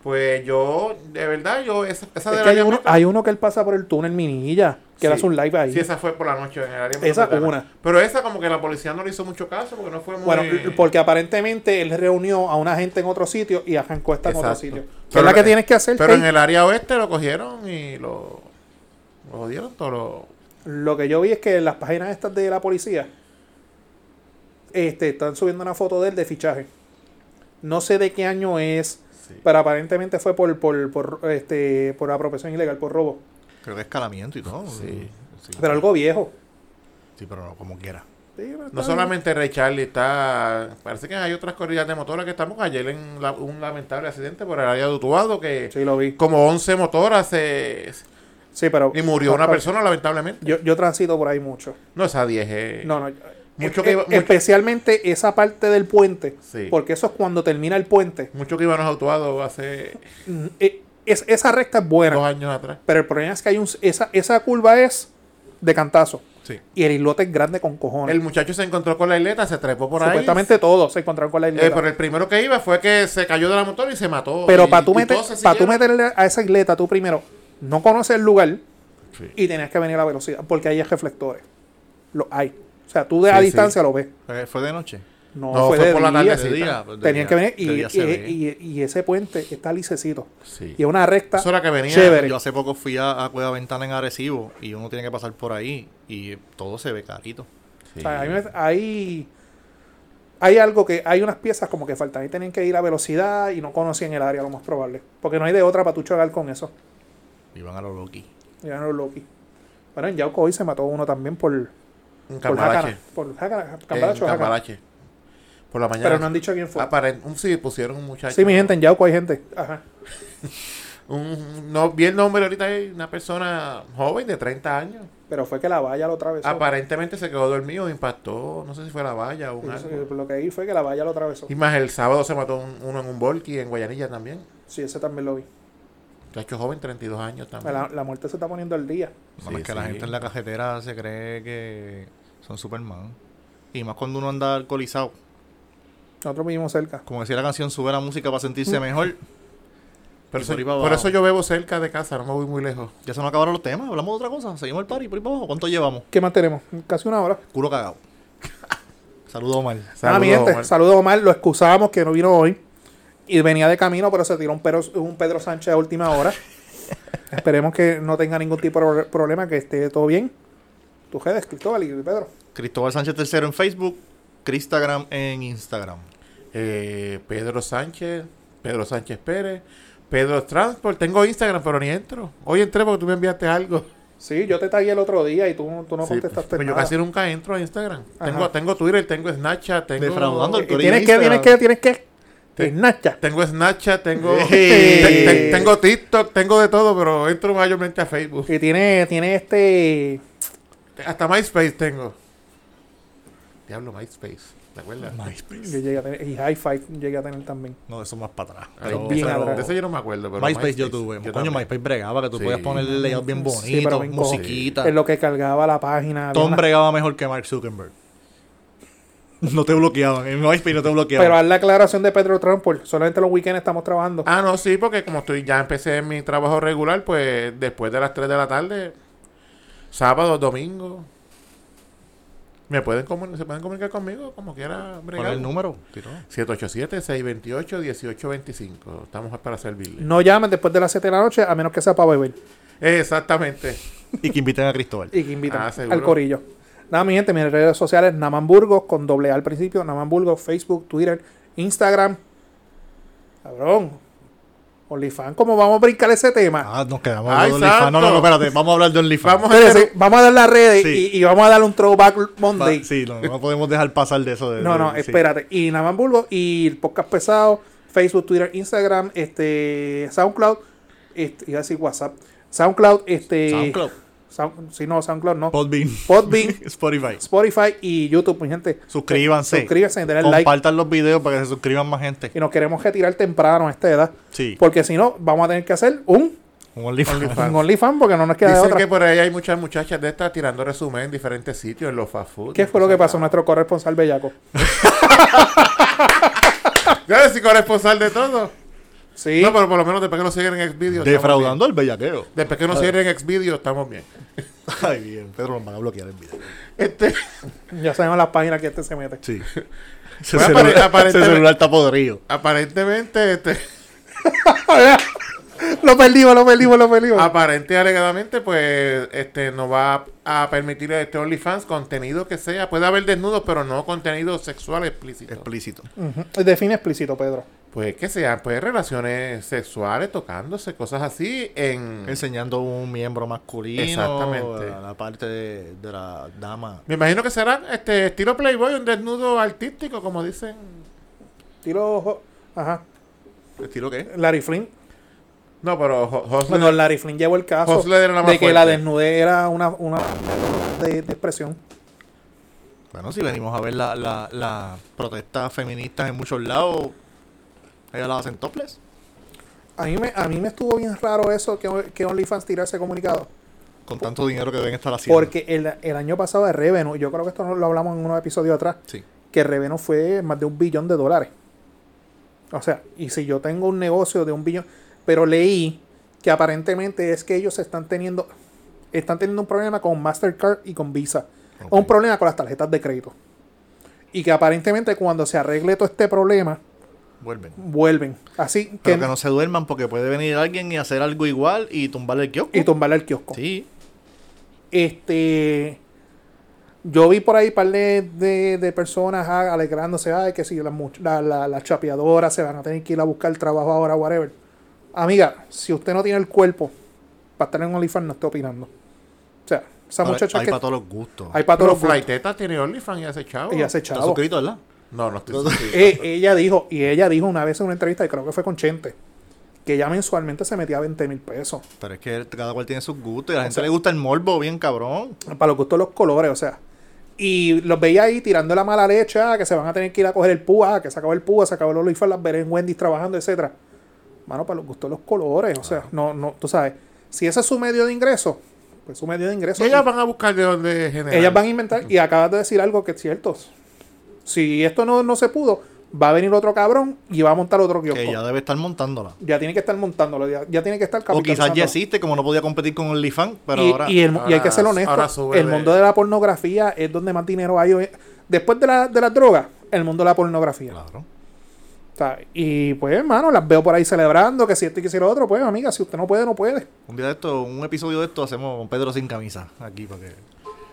B: Pues yo, de verdad, yo, esa, esa
A: Es
B: del
A: que hay
B: área
A: uno,
B: metro-
A: hay uno que él pasa por el túnel Minilla, que él
B: Sí.
A: hace un live ahí.
B: Sí, esa fue por la noche en el área
A: Esa
B: metropolitana.
A: una.
B: Pero esa como que la policía no le hizo mucho caso porque no fue muy...
A: Bueno, porque aparentemente él reunió a una gente en otro sitio y arrancó esta en otro
B: Exacto.
A: sitio. Que
B: Pero
A: es la que
B: en-
A: tienes que hacer.
B: Pero en
A: Kate.
B: el área oeste lo cogieron y lo... Lo jodieron todo lo...
A: Lo que yo vi es que las páginas estas de la policía este, están subiendo una foto de él de fichaje. No sé de qué año es,
B: Sí.
A: pero aparentemente fue por, por, por, este, por apropiación ilegal, por robo.
C: Creo que escalamiento y todo.
B: Sí.
C: Sí,
A: Pero algo viejo.
C: sí, pero no, como quiera.
A: Sí, pero está
B: No
A: bien.
B: solamente Ray Charlie está... Parece que hay otras corridas de motoras que estamos. Ayer en la- un lamentable accidente por el área de Utuado que
A: Sí, lo vi.
B: como 11 motoras se...
A: Sí, pero.
B: Y murió
A: no,
B: una
A: pero-
B: persona lamentablemente.
A: Yo, yo transito por ahí mucho.
B: No, esa 10 es...
A: No, no.
B: Mucho
A: Eh,
B: que iba-
A: eh,
B: mucho-
A: Especialmente esa parte del puente.
B: Sí.
A: Porque eso es cuando termina el puente.
B: Muchos que iban a Utuado hace
A: Mm, eh, es- esa recta es buena.
B: dos años atrás.
A: Pero el problema es que hay un, esa, esa curva es de cantazo.
C: Sí.
A: Y el islote es grande con cojones.
B: El muchacho se encontró con la isleta, se trepó por ahí.
A: Supuestamente todos se encontraron con la isleta.
B: Eh, pero el primero que iba fue que se cayó de la motora y se mató.
A: pero
B: Y-
A: para tú,
B: y
A: meter,
B: todos se
A: para tú
B: siguieron.
A: meterle a esa isleta, tú primero no conoces el lugar
C: Sí.
A: y tenías que venir a la velocidad. Porque ahí hay reflectores. Los hay. O sea, tú de a
B: Sí,
A: distancia lo ves.
C: Fue- Eh, ¿Fue de noche?
A: No,
B: No,
A: fue,
B: fue
A: de
B: por la
A: día.
B: tardecita.
C: pues, de
A: Eh, Ah, Tenían
C: día.
A: que venir. Y,
C: De día se ve.
A: y- y- y ese puente está licecito.
B: Sí.
A: Y es una recta
B: Eso era que venía.
A: chévere.
C: Yo hace poco fui a, a Cueva Ventana en Arecibo y uno tiene que pasar por ahí y todo se ve carito.
B: Sí.
A: O sea, a mí me- ahí hay algo que hay unas piezas como que faltan. Ahí tienen que ir a velocidad y no conocían el área, lo más probable. Porque no hay de otra para tú chocar con eso.
C: Y van a lo loqui.
A: Mira los Loki. Bueno, en Yauco hoy se mató uno también por,
B: Un
A: por
B: cambalache.
A: Jácana. Por Jácana,
B: En
A: Cambalache o Jácana.
B: cambalache. Ah, Por la mañana.
A: Pero no han dicho quién fue.
B: Aparent- un, sí, pusieron un muchacho.
A: Sí, mi gente, en Yauco hay gente. Ajá.
B: Un, no, vi el nombre ahorita, hay una persona joven de 30 años.
A: Pero fue que la valla lo atravesó.
B: Ah, Aparentemente se quedó dormido, impactó, no sé si fue la valla o un
A: Eso,
B: árbol.
A: Lo que ahí fue que la valla lo atravesó.
B: Y más el sábado se mató un- uno en un volky en Guayanilla también.
A: Sí, ese también lo vi.
B: Muchacho joven, 32 años también.
A: La, la muerte se está poniendo al día.
C: Nada más
B: Sí,
C: que la
B: sí.
C: gente en la cajetera se cree que son Superman. Y más cuando uno anda alcoholizado.
A: Nosotros vivimos cerca.
C: Como decía la canción, sube la música para sentirse mejor.
B: Pero
C: Y
B: eso,
C: por ahí para
B: por
C: abajo.
B: eso yo bebo cerca de casa, no me voy muy lejos.
C: Ya se nos acabaron los temas, hablamos de otra cosa. Seguimos el party por ahí para abajo. ¿Cuánto llevamos?
A: ¿Qué más tenemos? Casi una hora.
C: Culo cagado. Saludos, Omar.
A: Saludos, mi gente,
B: Omar.
A: Ah, saludos Omar, lo excusamos que no vino hoy. Y venía de camino, pero se tiró un Pedro, un Pedro Sánchez a última hora. Esperemos que no tenga ningún tipo de pro- problema, que esté todo bien. Tus redes, Cristóbal y Pedro.
C: Cristóbal Sánchez III en Facebook. Cristagram en Instagram.
B: Eh, Pedro Sánchez, Pedro Sánchez Pérez, Pedro Transport. Tengo Instagram, pero ni entro. Hoy entré porque tú me enviaste algo.
A: Sí, yo te tagué el otro día y tú, tú no
B: Sí,
A: contestaste
B: pero yo
A: nada.
B: casi nunca entro a Instagram.
A: Ajá.
B: Tengo, tengo Twitter, tengo Snapchat, tengo.
C: Defraudando.
A: Y tienes que, tienes que, tienes que.
B: Te-
A: Nacha.
B: Tengo Snapchat, tengo.
C: Hey.
B: te- te- tengo TikTok, tengo de todo, pero entro mayormente a Facebook.
A: Y tiene, tiene este.
B: Hasta MySpace tengo. Diablo, MySpace. ¿Te acuerdas?
A: Yo llegué a tener, y Hi-Fi llegué a tener también.
C: No, eso más para atrás.
B: Ay,
C: Pero-
A: bien
B: pero-
A: atrás.
B: de eso yo no me acuerdo. Pero
C: MySpace yo tuve.
B: yo
C: Coño,
B: también.
C: MySpace bregaba que tú
B: Sí.
C: podías ponerle layout bien bonito,
A: Sí, pero bien cojo.
C: musiquita.
A: En lo que cargaba la página. había
C: Tom
A: una-
C: bregaba mejor que Mark Zuckerberg. No te bloqueaban. En MySpace no te bloqueaban.
A: pero haz la aclaración de Pedro Trampol. Solamente los weekends estamos trabajando.
B: Ah, no, sí, porque como estoy ya empecé mi trabajo regular, pues después de las 3 de la tarde, sábado, domingo, me pueden comuni- se pueden comunicar conmigo como quiera.
C: ¿Cuál es el número? Tiró.
B: 787-628-1825. Estamos para servirle.
A: No llamen después de las 7 de la noche, a menos que sea para beber.
B: Exactamente.
C: Y que inviten a Cristóbal.
A: Y que invitan
B: Ah, seguro.
A: al corillo. Nada, mi gente, mis redes sociales, Naman Burgos, con doble A al principio, Naman Burgos, Facebook, Twitter, Instagram. Cabrón. OnlyFans, ¿cómo vamos a brincar ese tema?
C: Ah, nos quedamos
B: Ay,
C: de OnlyFans. No, no, no,
B: santo.
C: espérate. Vamos a hablar de OnlyFans.
B: Vamos a
A: Espérate,
B: hacer...
A: vamos a dar las redes
C: Sí.
A: y, y vamos a dar un throwback
C: Pa-
A: Monday.
C: Sí, no, no podemos dejar pasar de eso. de-
A: No,
C: de-
A: no,
C: sí.
A: espérate. Y Naman Burgos y el podcast pesado, Facebook, Twitter, Instagram, este, SoundCloud, este, iba a decir WhatsApp. SoundCloud, este.
C: SoundCloud,
A: Sound- sí, no, SoundCloud no.
C: Podbean,
A: Podbean,
C: Spotify.
A: Spotify y YouTube, mi gente. Eh,
C: Suscríbanse.
A: Suscríbanse, denle like.
C: Compartan los videos para que se suscriban más gente.
A: Y nos queremos retirar temprano a esta edad.
C: Sí.
A: Porque si no, vamos a tener que hacer un
C: Un OnlyFans.
A: En OnlyFans porque no nos queda de
B: Dicen
A: otra.
B: que por ahí hay muchas muchachas de estas tirando resumen en diferentes sitios, en los fast food.
A: ¿Qué fue lo que pasó a nuestro corresponsal bellaco?
B: Ya si corresponsal de todo.
A: Sí.
B: No, pero por lo menos después que nos siguen en Xvideos. estamos
C: Defraudando al bellaqueo.
B: bien. Después que nos siguen en Xvideos estamos bien.
C: Ay, bien. Pedro nos van a bloquear el video.
B: Este,
A: Ya sabemos las páginas que este se mete.
C: Sí. Ese,
B: Bueno,
C: celular,
B: apare- aparentemente-
C: ese celular está podrido.
B: aparentemente, este,
A: lo perdimos, lo perdimos, lo perdimos.
B: aparente y alegadamente, pues, este, no va a, a permitir a este OnlyFans contenido que sea. Puede haber desnudos, pero no contenido sexual explícito.
C: Explícito.
A: Ujú. Define explícito, Pedro.
B: Pues que sean, pues, relaciones sexuales, tocándose, cosas así, en...
C: Enseñando un miembro masculino.
B: Exactamente.
C: a La parte de, de la dama.
B: Me imagino que será este estilo Playboy, un desnudo artístico, como dicen.
A: Tiro. ojo. Ajá.
C: ¿Estilo qué?
A: Larry Flynn.
B: No, pero Ho- Hustler-
A: Bueno, Larry Flynn llevó el caso
B: Hustler era la más
A: de que la
B: fuerte.
A: desnudez era una, una de, de expresión.
C: Bueno, si venimos a ver las la, la protestas feministas en muchos lados, ellas las hacen topless.
A: A mí, me, a mí me estuvo bien raro eso que, que OnlyFans tirase comunicado.
C: Con tanto dinero que deben estar haciendo.
A: Porque el, el año pasado de Revenu, yo creo que esto no lo hablamos en unos episodios atrás,
C: Sí.
A: que Revenu fue más de un billón de dólares. O sea, y si yo tengo un negocio de un billón, pero leí que aparentemente es que ellos están teniendo, están teniendo un problema con Mastercard y con Visa.
C: Ok.
A: O un problema con las tarjetas de crédito. Y que aparentemente cuando se arregle todo este problema,
C: Vuelven.
A: vuelven. Así que,
C: Pero que no se duerman porque puede venir alguien y hacer algo igual y tumbarle el kiosco.
A: y tumbarle el kiosco.
C: Sí.
A: Este. Yo vi por ahí un par de, de- de personas ah, alegrándose, ay, que si las much- la- la- las chapeadoras se van a tener que ir a buscar trabajo ahora, whatever. Amiga, si usted no tiene el cuerpo para estar en OnlyFans, no esté opinando. O sea, esa
C: Ahora,
A: muchacha
C: hay
A: que.
C: para todos los gustos.
A: hay para
B: Pero
A: todos los gustos.
B: Flaiteta tiene OnlyFans y hace chavo.
A: Ella se
C: ¿Estás
A: chavo.
C: suscrito, verdad?
B: No, no estoy
C: No, no.
B: suscrito.
A: Eh, ella dijo, y ella dijo una vez en una entrevista, y creo que fue con Chente, que ella mensualmente se metía 20 mil pesos.
C: Pero es que cada cual tiene sus gustos y a la gente le gusta el morbo bien cabrón.
A: para los gustos los colores, o sea. Y los veía ahí tirando la mala leche, ah, que se van a tener que ir a coger el púa, ah, que se acabó el púa, se acabó el olifar, las veré en Wendy's trabajando, etcétera. Mano, para los gustos los colores, o sea, no, no, tú sabes. Si ese es su medio de ingreso, pues su medio de ingreso.
B: Ellas van a buscar de dónde generar.
A: Ellas van a inventar, y acabas de decir algo que es cierto. Si esto no, no se pudo, va a venir otro cabrón y va a montar otro kiosco.
C: Que ya
A: Ya,
C: debe estar montándola.
A: tiene que estar montándolo, ya, ya tiene que estar
C: O quizás ya
A: capitalizándolo.
C: existe, como no podía competir con OnlyFans, pero
A: y,
C: ahora.
A: y el- y hay que
B: ahora-
A: ser
B: ahora
A: honesto,
B: sube
A: el
B: de-
A: mundo de la pornografía es donde más dinero hay. hoy- Después de la, de las drogas, el mundo de la pornografía.
C: Claro.
A: O sea, y pues, hermano, las veo por ahí celebrando que si esto y que si lo otro, pues, amiga, si usted no puede, no puede.
C: Un día de esto, un episodio de esto hacemos con Pedro sin camisa aquí para que.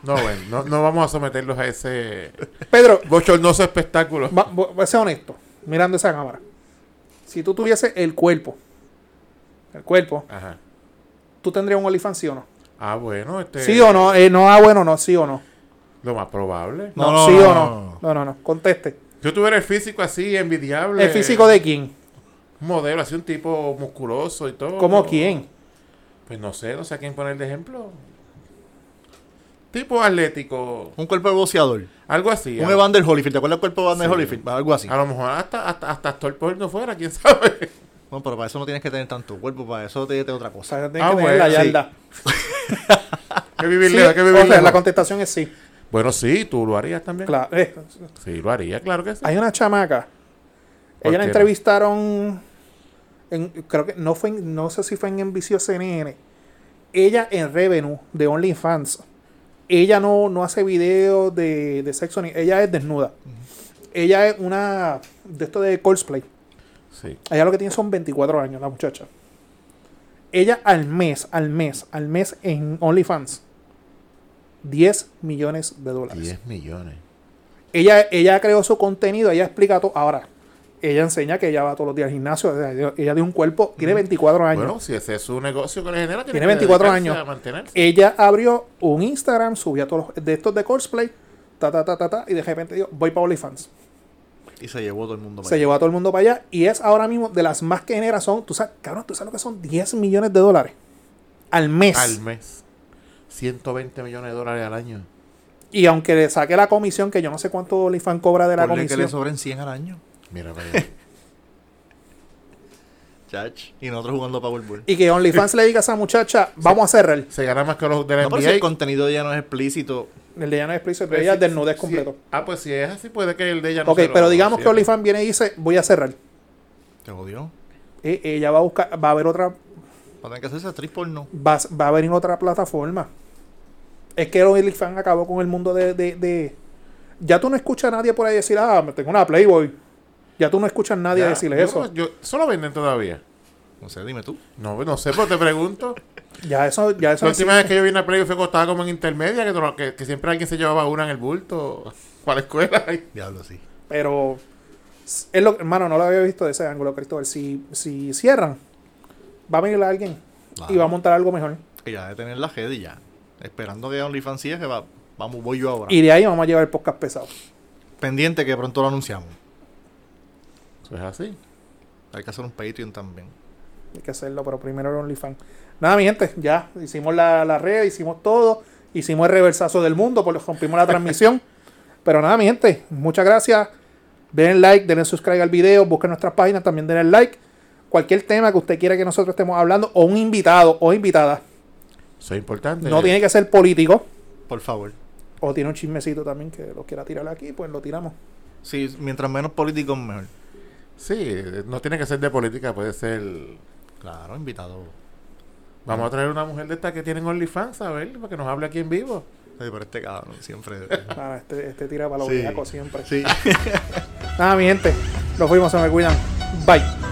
B: No, bueno, no, no vamos a someterlos a ese
A: Pedro,
B: bochornoso espectáculo.
A: va, va- va a ser honesto, mirando esa cámara. Si tú tuviese el cuerpo, el cuerpo,
B: Ajá.
A: tú tendrías un OnlyFans, sí o no.
B: Ah, bueno, este.
A: Sí o no, eh, no, ah, bueno, no, sí o no.
B: Lo más probable.
C: No, no,
A: sí
C: no,
A: o
C: no,
A: no. No, no, no, conteste.
B: Yo tuviera el físico así, envidiable.
A: ¿El físico de quién?
B: Un modelo, así un tipo musculoso y todo.
A: ¿Cómo quién?
B: Pues no sé, no sé a quién poner de ejemplo. Tipo atlético.
C: Un cuerpo de boxeador.
B: Algo así.
C: Un
B: a-
C: Evander Holyfield. ¿Te acuerdas del cuerpo de Evander
B: Sí.
C: Holyfield? Algo así.
A: Ah.
B: A lo mejor hasta, hasta, hasta actor porno fuera, quién sabe.
C: No, pero para eso no tienes que tener tanto cuerpo, para eso te, te otra
A: O
C: cosa.
A: sea, tiene
B: Ah,
A: que tener la
B: bueno, sí.
A: yarda.
B: que vivirle,
A: Sí,
B: hay que
A: o
B: vivirle.
A: sea, la contestación es sí.
B: Bueno, sí, tú lo harías también.
A: Claro, eh,
B: Sí, lo haría, claro que sí.
A: hay una chamaca.
B: ¿Por
A: Ella la
B: qué no?
A: entrevistaron. En, creo que no fue en- no sé si fue en NBC o CNN. Ella en Revenue de OnlyFans. Ella no, no hace videos de, de sexo ni. Ella es desnuda. Ella es una. De esto de cosplay.
B: Sí.
A: Ella lo que tiene son 24 años, la muchacha. Ella al mes, al mes, al mes en OnlyFans. 10 millones de dólares.
B: 10 millones.
A: ella, ella creó su contenido, ella explica todo. Ahora, ella enseña que ella va todos los días al gimnasio. o sea, Ella, ella tiene un cuerpo, tiene 24 años.
B: Bueno, si ese es su negocio que le genera, tiene,
A: Tiene
B: que
A: 24
B: dedicarse
A: años.
B: A mantenerse.
A: Ella abrió un Instagram, subía todos los de estos de cosplay, ta, ta, ta, ta, ta, y de repente dijo, voy para OnlyFans.
C: Y se llevó todo el
B: Oh
C: mundo para
A: Se
C: allá.
A: llevó a todo el mundo para allá y es ahora mismo de las más que genera son, tú sabes, cabrón, tú sabes lo que son 10 millones de dólares al mes.
B: Al mes. 120 millones de dólares al año.
A: Y aunque le saque la comisión, que yo no sé cuánto OnlyFans cobra de la
C: Ponle que le
A: comisión.
C: sobren 100 al año.
B: Mira, para allá.
C: Chach. Y nosotros jugando Powerball.
A: Y que OnlyFans le diga a esa muchacha, vamos a cerrar.
B: Se gana más que los de la
C: No, pero si
B: NBA.
C: el contenido ya no es explícito.
A: El de ella no es explícito, el
B: Pero
A: de ella
B: si-
A: es desnudez
B: si-
A: completo.
B: Ah, pues si es así, puede que el de ella no
A: ok,
B: se lo-
A: pero digamos que
B: siempre.
A: OnlyFans viene y dice, voy a cerrar.
C: Te jodió.
A: Eh, ella va a buscar, va a haber otra,
C: Va a tener que hacerse actriz porno.
A: va, a- va a venir otra plataforma. Es que el OnlyFans acabó con el mundo de, de, de- Ya tú no escuchas a nadie por ahí decir, ah, me tengo una Playboy. Ya tú no escuchas a nadie
B: Ya, pues,
A: decirle
B: yo
A: eso.
B: creo que Yo, eso lo venden todavía.
C: No sé, dime tú.
B: No, no sé, pero te pregunto.
A: Ya eso, ya eso
B: La
A: existe.
B: última vez que yo vine a Play fue cuando estaba como en intermedia, que, tro- que, que siempre alguien se llevaba una en el bulto para la escuela.
C: Diablo, sí.
A: Pero es lo, hermano, no lo había visto de ese ángulo, Cristóbal. Si, si cierran, va a venir alguien y
C: Claro.
A: va a montar algo mejor.
C: Que ya de tener la head y ya. Esperando que OnlyFans cierre, va, vamos, voy yo ahora.
A: Y de ahí vamos a llevar el podcast pesado.
C: Pendiente que pronto lo anunciamos.
B: Eso es así.
C: Hay que hacer un Patreon también.
A: Hay que hacerlo, pero primero el OnlyFans. Nada, mi gente, ya hicimos la, la red, hicimos todo, hicimos el reversazo del mundo, por lo que rompimos la transmisión. pero nada, mi gente, muchas gracias. Denle like, denle subscribe al video, busquen nuestras páginas, también denle like. Cualquier tema que usted quiera que nosotros estemos hablando, o un invitado o invitada,
B: Eso es importante.
A: no tiene que ser político.
C: Por favor.
A: O tiene un chismecito también que lo quiera tirar aquí, pues lo tiramos.
C: Sí, mientras menos políticos, mejor.
B: Sí, no tiene que ser de política, puede ser.
C: Claro, invitado.
B: Vamos a traer una mujer de estas que tienen OnlyFans, a ver, para que nos hable aquí en vivo.
C: Sí, pero este cabrón siempre.
A: Ah, este, este tira para lo
C: Sí.
A: bellaco siempre.
C: sí.
A: Nada, mi gente. Nos fuimos, se me cuidan. Bye.